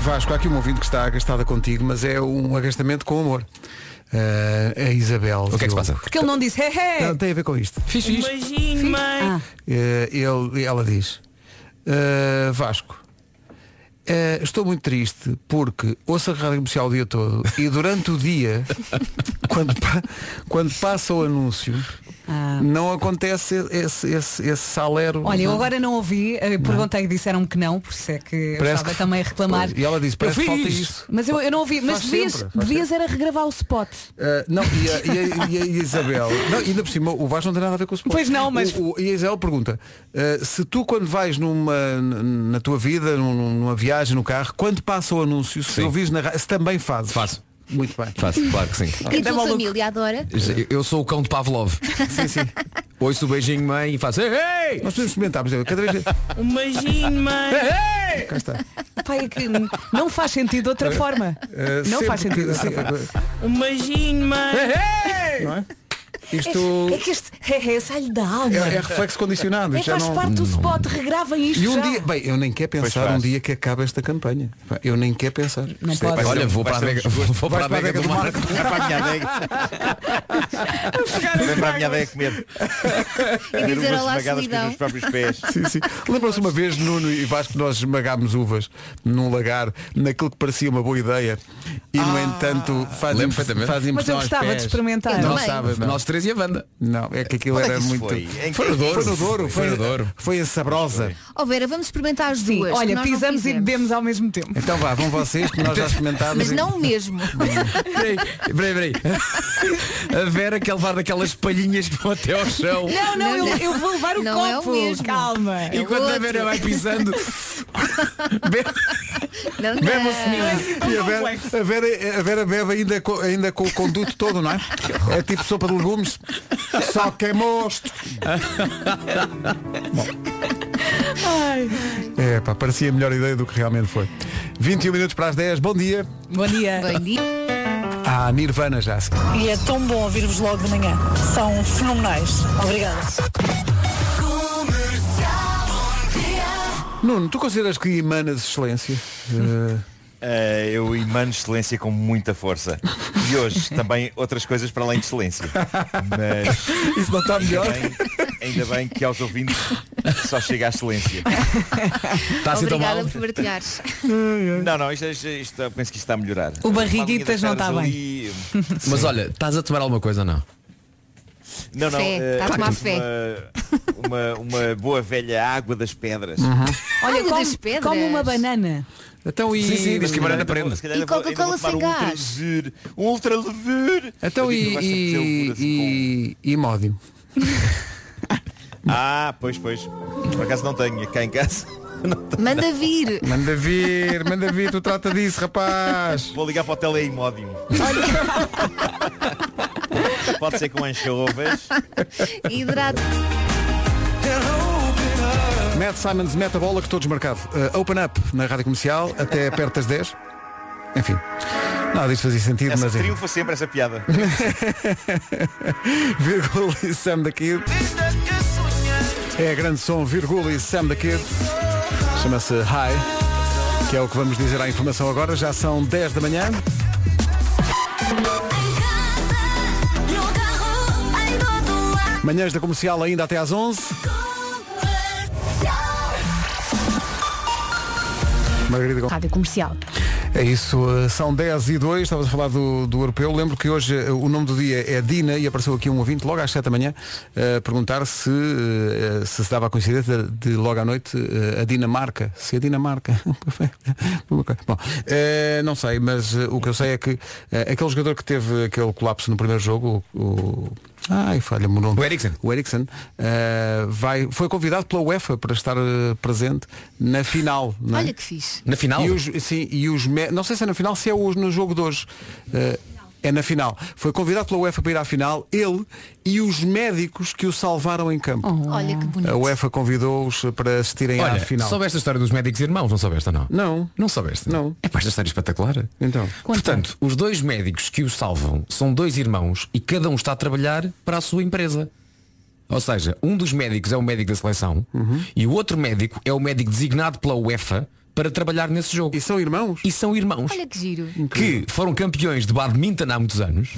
Vasco, há aqui um ouvinte que está agastada contigo, mas é um agastamento com amor. Eh, a Isabel. O que é que se passa? Porque ele não disse, hey, Ah, Não, tem a ver com isto. Fiz isto. Beijinho, mãe. Eh, ele- ela diz "Eh, Vasco eh, estou muito triste porque ouço a rádio comercial o dia todo e durante o dia quando, pa- quando passa o anúncio não acontece esse, esse, esse salero ah. Olha, eu agora não ouvi, eh, perguntei e disseram-me que não, por isso é que eu é? Parece estava que- também a reclamar. E ela disse, parece que falta isso. Mas eu, eu não ouvi, mas Faz devias, sempre, faz devias era regravar o spot. Eh, não, e a, e a- e a Isabel não, ainda por cima, o Vasco não tem nada a ver com o sport Pois não, mas- O- o- e a Isabel pergunta eh, Se tu quando vais numa n- Na tua vida, num- numa viagem, no carro Quando passa o anúncio, se ouvis na ra- Se também fazes Faço Muito bem Faço, claro que sim. E a tua família adora? Eu- Eu sou o cão de Pavlov. Sim, sim. Ouço o beijinho, mãe, e faço. Ei, ei! Nós podemos experimentar, por exemplo, cada vez. Um beijinho, mãe. Cá está. Pai, é que não faz sentido de outra forma. Eh, não sempre faz sentido. que- de outra forma. sim, Um beijinho, mãe. Não é? Isto É, é que este é, é, sai-lhe da alma. é, é reflexo condicionado É, já faz não- parte do spot, regravem isto E um já. dia, bem, eu nem quero pensar um dia que acaba esta campanha. Pá, Eu nem quero pensar. Não Isto é- pode. Olha, vou para a adega- vou para a adega do né? Marco. Vem para a minha ideia comer. E dizer umas olá, esmagadas com os solidão. meus próprios pés. Sim, sim. Lembram-se uma vez, Nuno e Vasco, que nós esmagámos uvas num lagar, naquilo que parecia uma boa ideia, e no entanto fazem, Lembro perfeitamente. fazem Mas eu impressão aos gostava de pés. experimentar. Eu Não também. sabe, não. Nós três e a banda. Não, é que aquilo Onde é era que isso muito. foi? Em que- Foi no Douro. Foi no Douro, Foi, foi no Douro. foi em Sabrosa. Ó Vera, vamos experimentar as Sim, duas. que olha, nós não pisamos e fizemos. bebemos ao mesmo tempo. Então vá, vão vocês, que nós já experimentámos. Mas e- não o mesmo. Peraí, peraí, peraí. A Vera quer levar daquelas palhinhas que vão até ao chão. Não, não, eu, eu vou levar o Não é o copo. mesmo. Calma. É Enquanto a outro. Vera vai pisando, Não, é assim não. Bebe a semente. E a Vera, a Vera- a Vera bebe ainda com, ainda com o conduto todo, não é? É tipo sopa de legumes. Só que é mosto. Bom. É, pá, parecia a melhor ideia do que realmente foi. 21 minutos para as 10, bom dia. Bom dia. Bom dia. Ah, Nirvana já. a seguir. E é tão bom ouvir-vos logo de manhã. São fenomenais. Obrigada. Nuno, tu consideras que emanas excelência? Eh, eu emano excelência com muita força. E hoje também outras coisas para além de excelência. Mas Isso não está melhor? ainda bem que aos ouvintes só chega à excelência. Tá Está assim tão Obrigada mal. por partilhares. Não, não, isto, isto, isto- eu penso que isto está a melhorar. O barriguitas não tá está Uma linha das bem. pernas ali. um, Mas olha, estás a tomar alguma coisa ou não? Não, não, Fé, eh, está a tomar uma- fé. Uma, uma boa velha água das pedras. Uhum. Olha, Água das come, pedras. come uma banana. Então e. Sim, sim, diz que a banana prende. Se calhar E ainda vou- ainda Coca-Cola vou tomar sem um ultra gás. levure, um ultra levure. Então Eu assim digo, e. gosto de fazer E, levuras e, e módio. com- Ah, pois, pois. Por acaso não tenho, cá em casa. não tenho. Manda vir. Manda vir, manda vir, tu trata disso, rapaz. Vou ligar para o Teleimódium. Pode ser com anchovas. Hidrato. Matt Simons mete a bola que todos marcado. Uh, open up na rádio comercial até perto das 10. Enfim, nada disto fazia sentido, Essa mas é. enfim. triunfa sempre essa piada. Virgula e Sam da Kid. É a grande som, Virgula e Sam da Kid. Chama-se High, que é o que vamos dizer à informação agora. Já são 10 da manhã. Manhãs da comercial ainda até às 11. Margarida Gonçalves. Rádio Comercial. É isso, uh, são 10 e 2, estavas a falar do, do europeu. Lembro que hoje uh, o nome do dia é Dina e apareceu aqui um ouvinte logo às 7 da manhã uh, perguntar se, uh, se se dava a coincidência de, de logo à noite uh, a Dinamarca. Se a Dinamarca. Uma coisa. Bom, uh, não sei, mas uh, o que eu sei é que uh, aquele jogador que teve aquele colapso no primeiro jogo, o. o... Ai, falha-me o nome. O Ericsson. O Ericsson uh, vai, foi convidado pela UEFA para estar uh, presente na final. não é? Olha que fixe. Na final? E os, sim, e os me- não sei se é na final, se é hoje no jogo de hoje. Eh, é na final. Foi convidado pela UEFA para ir à final, ele e os médicos que o salvaram em campo. Olha que bonito. A UEFA convidou-os para assistirem à Olha, final. soubeste a história dos médicos irmãos, não soubeste ou não? Não. Não soubeste? Não. É para esta história espetacular. Então. Portanto, os dois médicos que o salvam são dois irmãos e cada um está a trabalhar para a sua empresa. Ou seja, um dos médicos é o médico da seleção Uhum. e o outro médico é o médico designado pela UEFA para trabalhar nesse jogo. E são irmãos? E são irmãos Olha que giro. que foram campeões de badminton há muitos anos,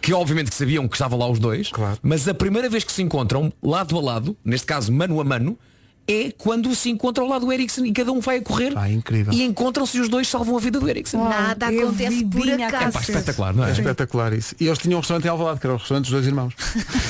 que obviamente que sabiam que estavam lá os dois, mas a primeira vez que se encontram lado a lado, neste caso mano a mano, é quando se encontram ao lado do Eriksen e cada um vai a correr Ah, incrível. e encontram-se e os dois salvam a vida do Eriksen. Nada acontece por Tá É pá, acaso. espetacular, não é? É espetacular isso. E eles tinham um restaurante em Alvalade, que era o restaurante dos dois irmãos.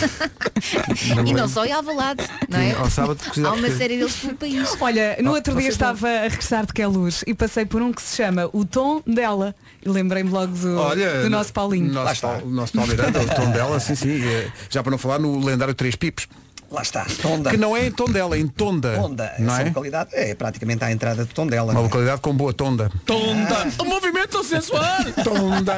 é? E não só em Alvalade, não Sim, é? ao sábado, cozido Há à uma pesquisa. série deles pelo país. Olha, no Oh, outro dia vocês não- estava a regressar de Queluz e passei por um que se chama O Tom Dela. E lembrei-me logo do, do nosso Paulinho. Nosso, Paulo- nosso Paulo Miranda, o tom dela, sim, sim. eh, Já para não falar no lendário Três Pipos. Lá está, Tonda. Que não é em Tondela, é em Tonda. Tonda, não essa é? localidade é praticamente à entrada de Tondela. é? Uma localidade com boa tonda. Tonda! O movimento sensual! Tonda!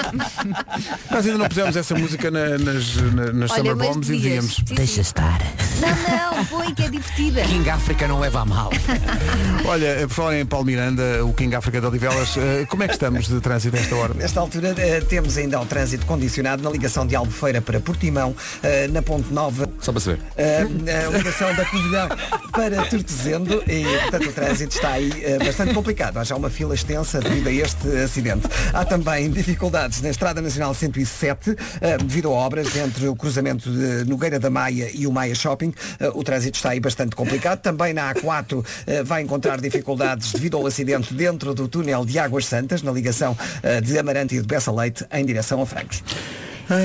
Nós ainda não pusemos essa música na- nas, na- nas Olha, Summer mas Bombs e devias. devíamos. Sim, sim. Deixa estar. Não, não, foi que é divertida. King África não leva a mal. Olha, eh, por falar em Paulo Miranda, o King África de Odivelas, eh, como é que estamos de trânsito a esta hora? Nesta altura eh, temos ainda o trânsito condicionado na ligação de Albufeira para Portimão, eh, na Ponte Nova, Só para saber. eh, na ligação da Covilhã para Tortezendo e, portanto, o trânsito está aí eh, bastante complicado. Há já uma fila extensa devido a este acidente. Há também dificuldades na Estrada Nacional 107 eh, devido a obras entre o cruzamento de Nogueira da Maia e o Maia Shopping. Eh, o trânsito está aí bastante complicado. Também na A4 eh, vai encontrar dificuldades devido ao acidente dentro do túnel de Águas Santas, na ligação eh, de Amarante e de Bessa Leite, em direção a Francos.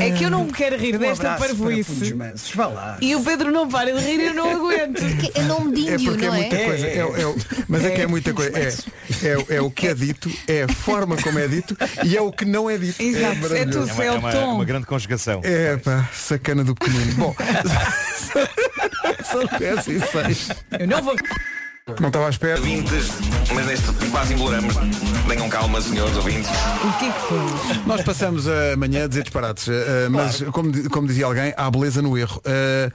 É que eu não me quero rir Um desta abraço para Punhos parvoíce. Mansos. Vá lá. E o Pedro não para de rir, eu não aguento. É nome de É índio, porque é não é? muita coisa. É, é o- mas é que é muita coisa. É, é o- é o que é dito, é a forma como é dito e é o que não é dito. Exato, é maravilhoso. tudo, é o É uma- é uma- tom. uma grande conjugação. É pá, sacana do pequenino. Bom, são 10 e 6. Eu não vou. Não estava à espera. Ouvintes, mas neste quase embolamos. Tenham calma, senhores ouvintes. O que é que foi? Nós passamos a manhã a dizer disparates, eh, mas como, di- como dizia alguém, há beleza no erro. Eh,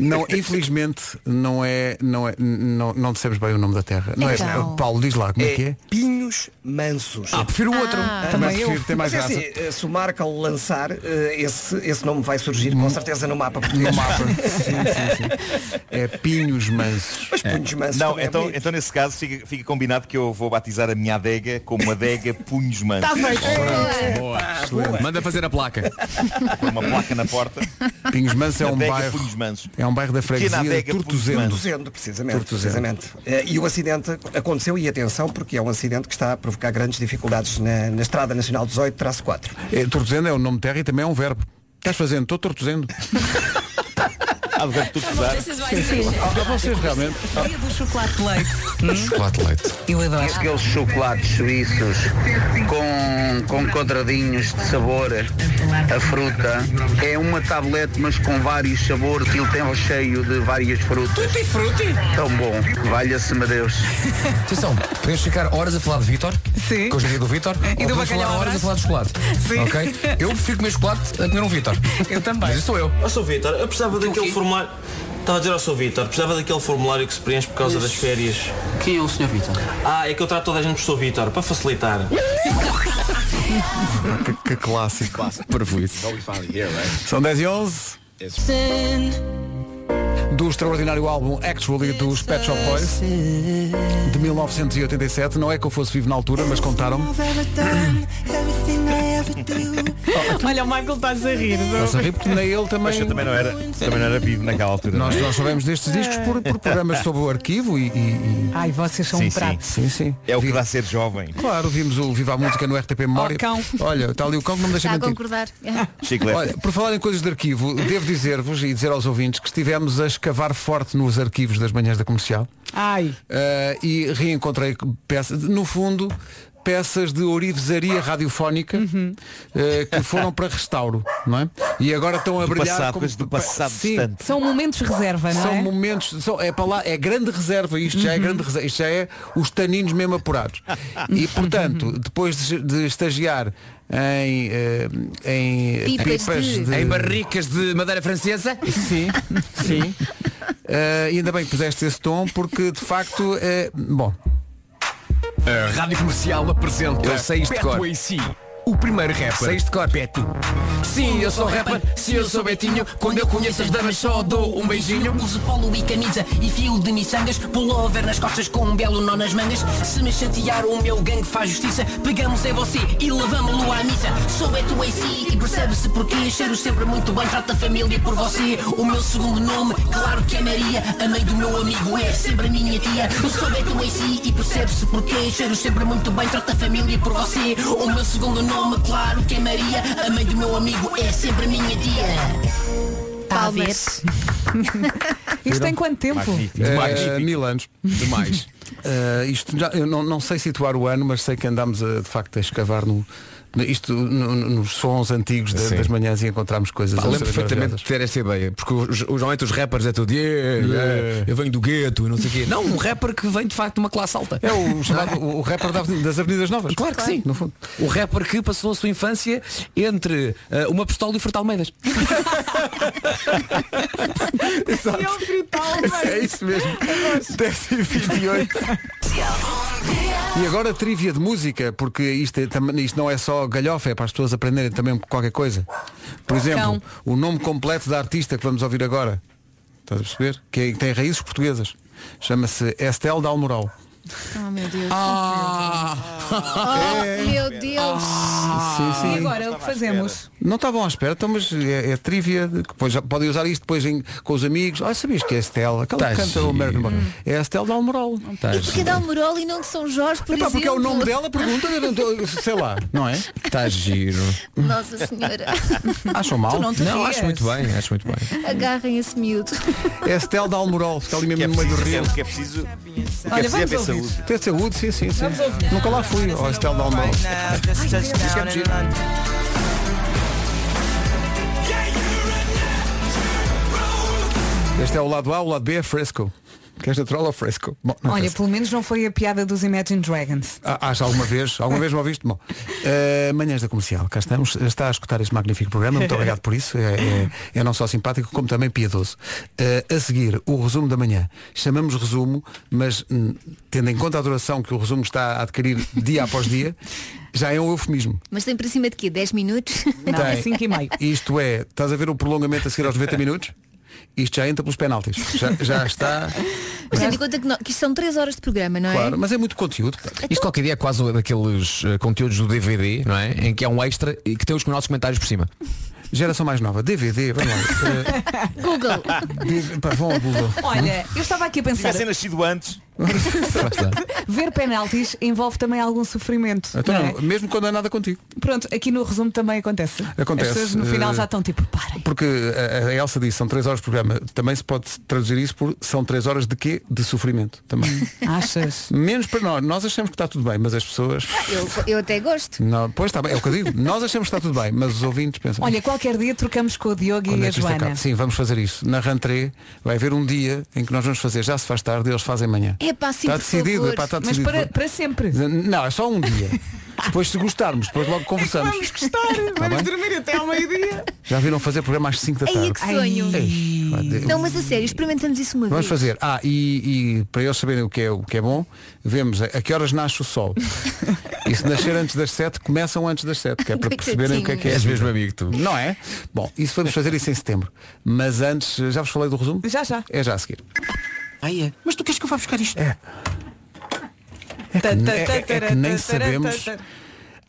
não, infelizmente não é, não é, não, não dissemos bem o nome da terra. Não Então. é, Paulo, diz lá como é, que é? Pinhos mansos. Ah, prefiro o outro. Ah. Também prefiro, tem mais Mas, graça. assim, eh, se o Marco lançar, eh, esse, esse nome vai surgir com certeza no mapa português. Hum. No mapa. É Pinhos Mansos. Mas Punhos Mansos Não, também é então, bonito. então nesse caso fica, fica combinado que eu vou batizar a minha adega como adega Punhos Mansos. Tá feito. Ora, boa. Manda fazer a placa. Pôr Uma placa na porta. Pinhos Mansos é um Adega bairro. Punhos Mansos. É um bairro da Pequena freguesia de adega Punhos Tortuzendo. Mansos. Tortuzendo, precisamente. Tortuzendo. precisamente. Eh, E o acidente aconteceu, e atenção, porque é um acidente que está a provocar grandes dificuldades na, na Estrada Nacional 18, traço 4. É, tortuzendo é o nome de terra e também é um verbo. Estás fazendo? Estou tortuzendo. Há de ver tudo pesar. é A vocês realmente. Dia do chocolate de leite. Chocolate leite. Eu adoro. Aqueles chocolates suíços com, com quadradinhos de sabor, a fruta. É uma tablete, mas com vários sabores e ele tem um cheio de várias frutas. Tutti frutti? Tão bom. Valha-se-me Deus. Atenção, podemos ficar horas a falar de Vitor, Sim. que hoje é dia do Vitor, do ou podemos bacalhau falar horas a atrás. falar de chocolate. Sim. Ok? Eu prefiro comer chocolate a comer um Vitor. Eu também. Mas isso sou eu. Ó, Sr. Vítor, eu precisava daquele formulário. Estava a dizer ao Sr. Vítor, precisava daquele formulário que se preenche por causa das férias. Quem é o Sr. Vítor? Ah, é que eu trato toda a gente por Sr. Vítor, para facilitar. Que, que clássico. Parvoíce. São 10 e 11. Do extraordinário álbum Actually dos Pet Shop Boys de 1987. Não é que eu fosse vivo na altura, mas contaram-me. Olha, o Michael está-se a rir. é? Estás a rir porque nem ele também. Mas eu também não era, também não era vivo naquela altura. Nós, não é? nós soubemos destes discos por, por programas sobre o arquivo e. e- e- Ai, vocês são Sim, um sim. prato. Sim, sim. É o que dá ser jovem. Claro, vimos o Viva a Música no RTP Memória. Oh, cão. Olha, está ali o cão que não me deixa Está a mentir. concordar? Olha, por falar em coisas de arquivo, devo dizer-vos e dizer aos ouvintes que estivemos a escavar forte nos arquivos das manhãs da comercial Ai. eh, e reencontrei peças, no fundo, peças de orivesaria radiofónica eh, que foram para restauro, não é? E agora estão a Do brilhar passado, como coisas do passado Sim. distante. São momentos reserva, não são é? Uhum. momentos, são, é, para lá, é grande reserva, isto já é grande reserva, isto já é os taninos mesmo apurados. E portanto, depois de, de estagiar em, eh, em Pipas de- Em barricas de madeira francesa? Sim, sim. Eh, e ainda bem que puseste esse tom porque de facto é. Bom. A Rádio Comercial apresenta Eu sei isto de Beto cor. AC, o primeiro rapper. Sei isto de cor. Beto. Sim, eu sou rapper, sim, eu sou Betinho. Quando eu conheço as damas só dou um beijinho. Uso polo e camisa e fio de miçangas Pullover nas costas com um belo nó nas mangas Se me chatear o meu gangue faz justiça Pegamos em você e levamos-lo à missa Sou é Beto AC e percebe-se porquê Cheiro sempre muito bem, trato a família por você O meu segundo nome, claro que é Maria A mãe do meu amigo é sempre minha tia Eu sou é Beto AC e percebe-se porquê Cheiro sempre muito bem, trato a família por você O meu segundo nome, claro que é Maria A mãe do meu amigo é sempre minha tia Está a ver. Isto tem quanto tempo? Eh, Magnífico. mil anos. Demais. Eh, isto já, eu não, não sei situar o ano, mas sei que andámos a, de facto a escavar no, no- isto, no- no- nos sons antigos da- Sim. das manhãs e encontramos coisas. Pá, lembro absolutamente perfeitamente de ter essa ideia, porque os, os- normalmente os rappers é tudo yeah, yeah, Yeah. eu venho do gueto e não sei o quê. Não, um rapper que vem de facto de uma classe alta. É o chamado- o rapper da- das Avenidas Novas. Claro que sim, no fundo. O rapper que passou a sua infância entre ah, uma pistola e o Furto Almeidas. Exato. É isso mesmo. 10 e 28. E agora trivia de música, porque isto, é tam- isto não é só galhofa, é para as pessoas aprenderem também qualquer coisa. Por exemplo, Cão. o nome completo da artista que vamos ouvir agora. Estás a perceber? Que é- que tem raízes portuguesas. Chama-se Estel da Almoral. Oh meu Deus. Ah. Oh, meu Deus. Sim, sim. E agora, o que fazemos? Não estavam à espera, então, mas é, é trivia. de- que Depois já podem usar isto depois em- com os amigos. Ah, sabias que é a Estela? Aquela que Tá canta o American Boy. É a Estela da Almoral. E porquê dá o Morol é e não de São Jorge, por Epá, exemplo? porque é o nome dela, pergunta, eu não tô- sei lá, não é? Está Tá giro. Nossa Senhora. Acham mal? Tu não te rias. acho muito bem, acho muito bem. Agarrem esse miúdo. É Estel da Almoral, fica ali mesmo no meio do rio. que é preciso. Olha, é preciso é vamos ver ouvir. saúde. Ter saúde, sim, sim, sim. Nunca lá fui, ó Estel da Almoral. é Este é o lado A, o lado B é fresco. Queres natural ou é fresco? Bom, não Olha, interessa. pelo menos não foi a piada dos Imagine Dragons. Ah, Acho alguma vez, alguma vez me ouviste? Bom, eh, manhãs da comercial, cá estamos, está a escutar este magnífico programa, muito obrigado por isso, é, é- é não só simpático como também piedoso. Eh, a seguir, o resumo da manhã. Chamamos resumo, mas hum, tendo em conta a duração que o resumo está a adquirir dia após dia, já é um eufemismo. Mas tem para cima de quê? 10 minutos? Tem. Isto é, estás a ver o prolongamento a seguir aos 90 minutos? Isto já entra pelos penaltis. Já, já está. Mas tendo em conta que, não, que isto são 3 horas de programa, não é? Claro, mas é muito conteúdo. Isto qualquer dia é quase um daqueles eh, conteúdos do DVD, não é? Em que é um extra e que tem os nossos comentários por cima. Geração mais nova, DVD, vamos lá. Google. Eh, pá, vão ao Google. Olha, eu estava aqui a pensar, Devia assim ser nascido antes. ver penaltis envolve também algum sofrimento. Então, não é? não, mesmo quando é nada contigo. Pronto, aqui no resumo também acontece. Acontece, As pessoas no final eh, já estão tipo, pá, Porque a, a Elsa disse, são três horas de programa. Também se pode traduzir isso por são três horas de quê? De sofrimento também. Hum. Achas? Menos para nós. Nós achamos que está tudo bem, mas as pessoas. Eu, eu até gosto. Não, pois está bem, é o que eu digo. Nós achamos que está tudo bem, mas os ouvintes pensam. olha, qualquer dia trocamos com o Diogo "Quando e é a que isto Joana. acaba?" Sim, vamos fazer isso. Na rentrée vai haver um dia em que nós vamos fazer, já se faz tarde, eles fazem amanhã. É pá, sim, Está por decidido, favor. é pá, está Mas decidido. para- para sempre. Não, é só um dia. Depois se gostarmos, depois logo conversamos. Vamos gostar, Tá bem? vamos dormir até ao meio-dia. Já viram fazer programa às 5 da Ai, tarde. que sonho. Ei, pá, de- Não, mas a sério, experimentamos isso uma Vamos vez. fazer. Ah, e, e para eles saberem o que, é, o que é bom, vemos a, a que horas nasce o sol. E se nascer antes das 7, começam antes das 7, que é para perceberem o que é que é. És mesmo amigo tu. Não é? Bom, isso vamos fazer isso em setembro. Mas antes, já vos falei do resumo? Já, já. É já a seguir. Ai, é. Mas tu queres que eu vá buscar isto? É. É que, é- é que nem sabemos.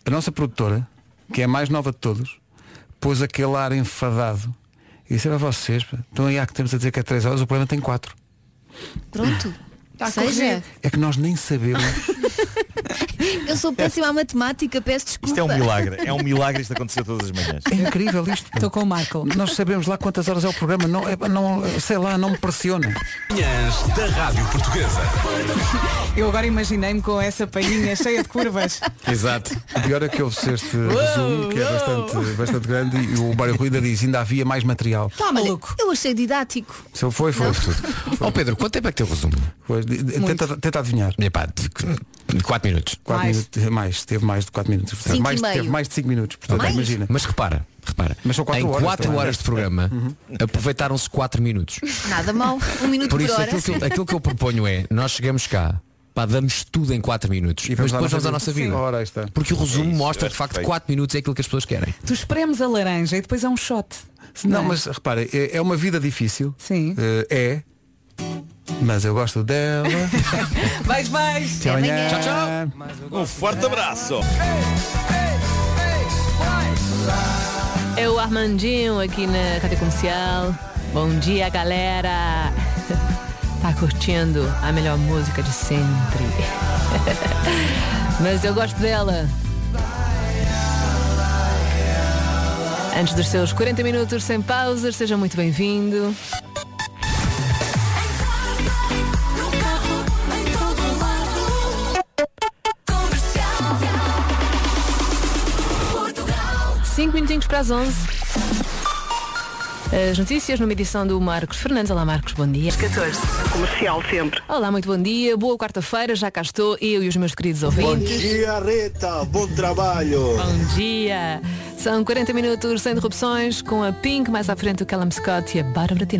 A nossa produtora que é a mais nova de todos, pôs aquele ar enfadado e disse, "Ah, vocês, pá, estão aí há que temos a dizer que é 3 horas, o programa tem 4. Pronto. Seja, É que nós nem sabemos. eu sou péssima à matemática, peço desculpa. Isto é um milagre. É um milagre isto acontecer todas as manhãs. É incrível isto. Estou com o Michael. Nós sabemos lá quantas horas é o programa. Não, é- não, sei lá, não me pressiona. Manhãs da Rádio Portuguesa. Eu agora imaginei-me com essa palhinha cheia de curvas. Exato. O pior é que houve este resumo, que é bastante, bastante grande, e o Mário Rui ainda diz, ainda havia mais material. Tá. Está maluco. eu achei didático. Se foi, foi. Ó Pedro, quanto tempo é que teu resumo? Pois, de- de- tenta, tenta adivinhar. Epá, 4 minutos. Quatro Mais. minutos. é Mais, teve mais de 4 minutos. Portanto, Cinco e mais, meio. teve mais de 5 minutos. Portanto, Mais? imagina. Mas repara, repara. Mas são quatro em horas, 4 também. né? É. Uhum. horas, de programa aproveitaram-se 4 minutos. Nada mal. Um minuto por, Por isso hora. aquilo que, eu- aquilo que eu proponho é, nós chegamos cá, pá, damos tudo em 4 minutos e vamos mas lá depois à vamos à nossa vida. vida. Sim. Ora, aí está. Porque o resumo É isso, eu mostra que acho de facto perfeito. 4 minutos é aquilo que as pessoas querem. Tu espremes a laranja e depois é um shot. Não, é? mas repara, é, é uma vida difícil. Sim. é. Mas eu gosto dela. Vais, vais. Até amanhã. Tchau, tchau. Um forte abraço. É o Armandinho aqui na Rádio Comercial. Bom dia, galera. Tá curtindo a melhor música de sempre. Mas eu gosto dela. Antes dos seus 40 minutos sem pausas, seja muito bem-vindo. Cinco minutinhos para as 11. As notícias numa edição do Marcos Fernandes. Olá, Marcos, bom dia. 14. Comercial sempre. Olá, muito bom dia. Boa quarta-feira. Já cá estou eu e os meus queridos ouvintes. dia, Rita. Bom trabalho. Bom dia! São 40 minutos sem interrupções com a Pink mais à frente o Callum Scott e a Bárbara Tina.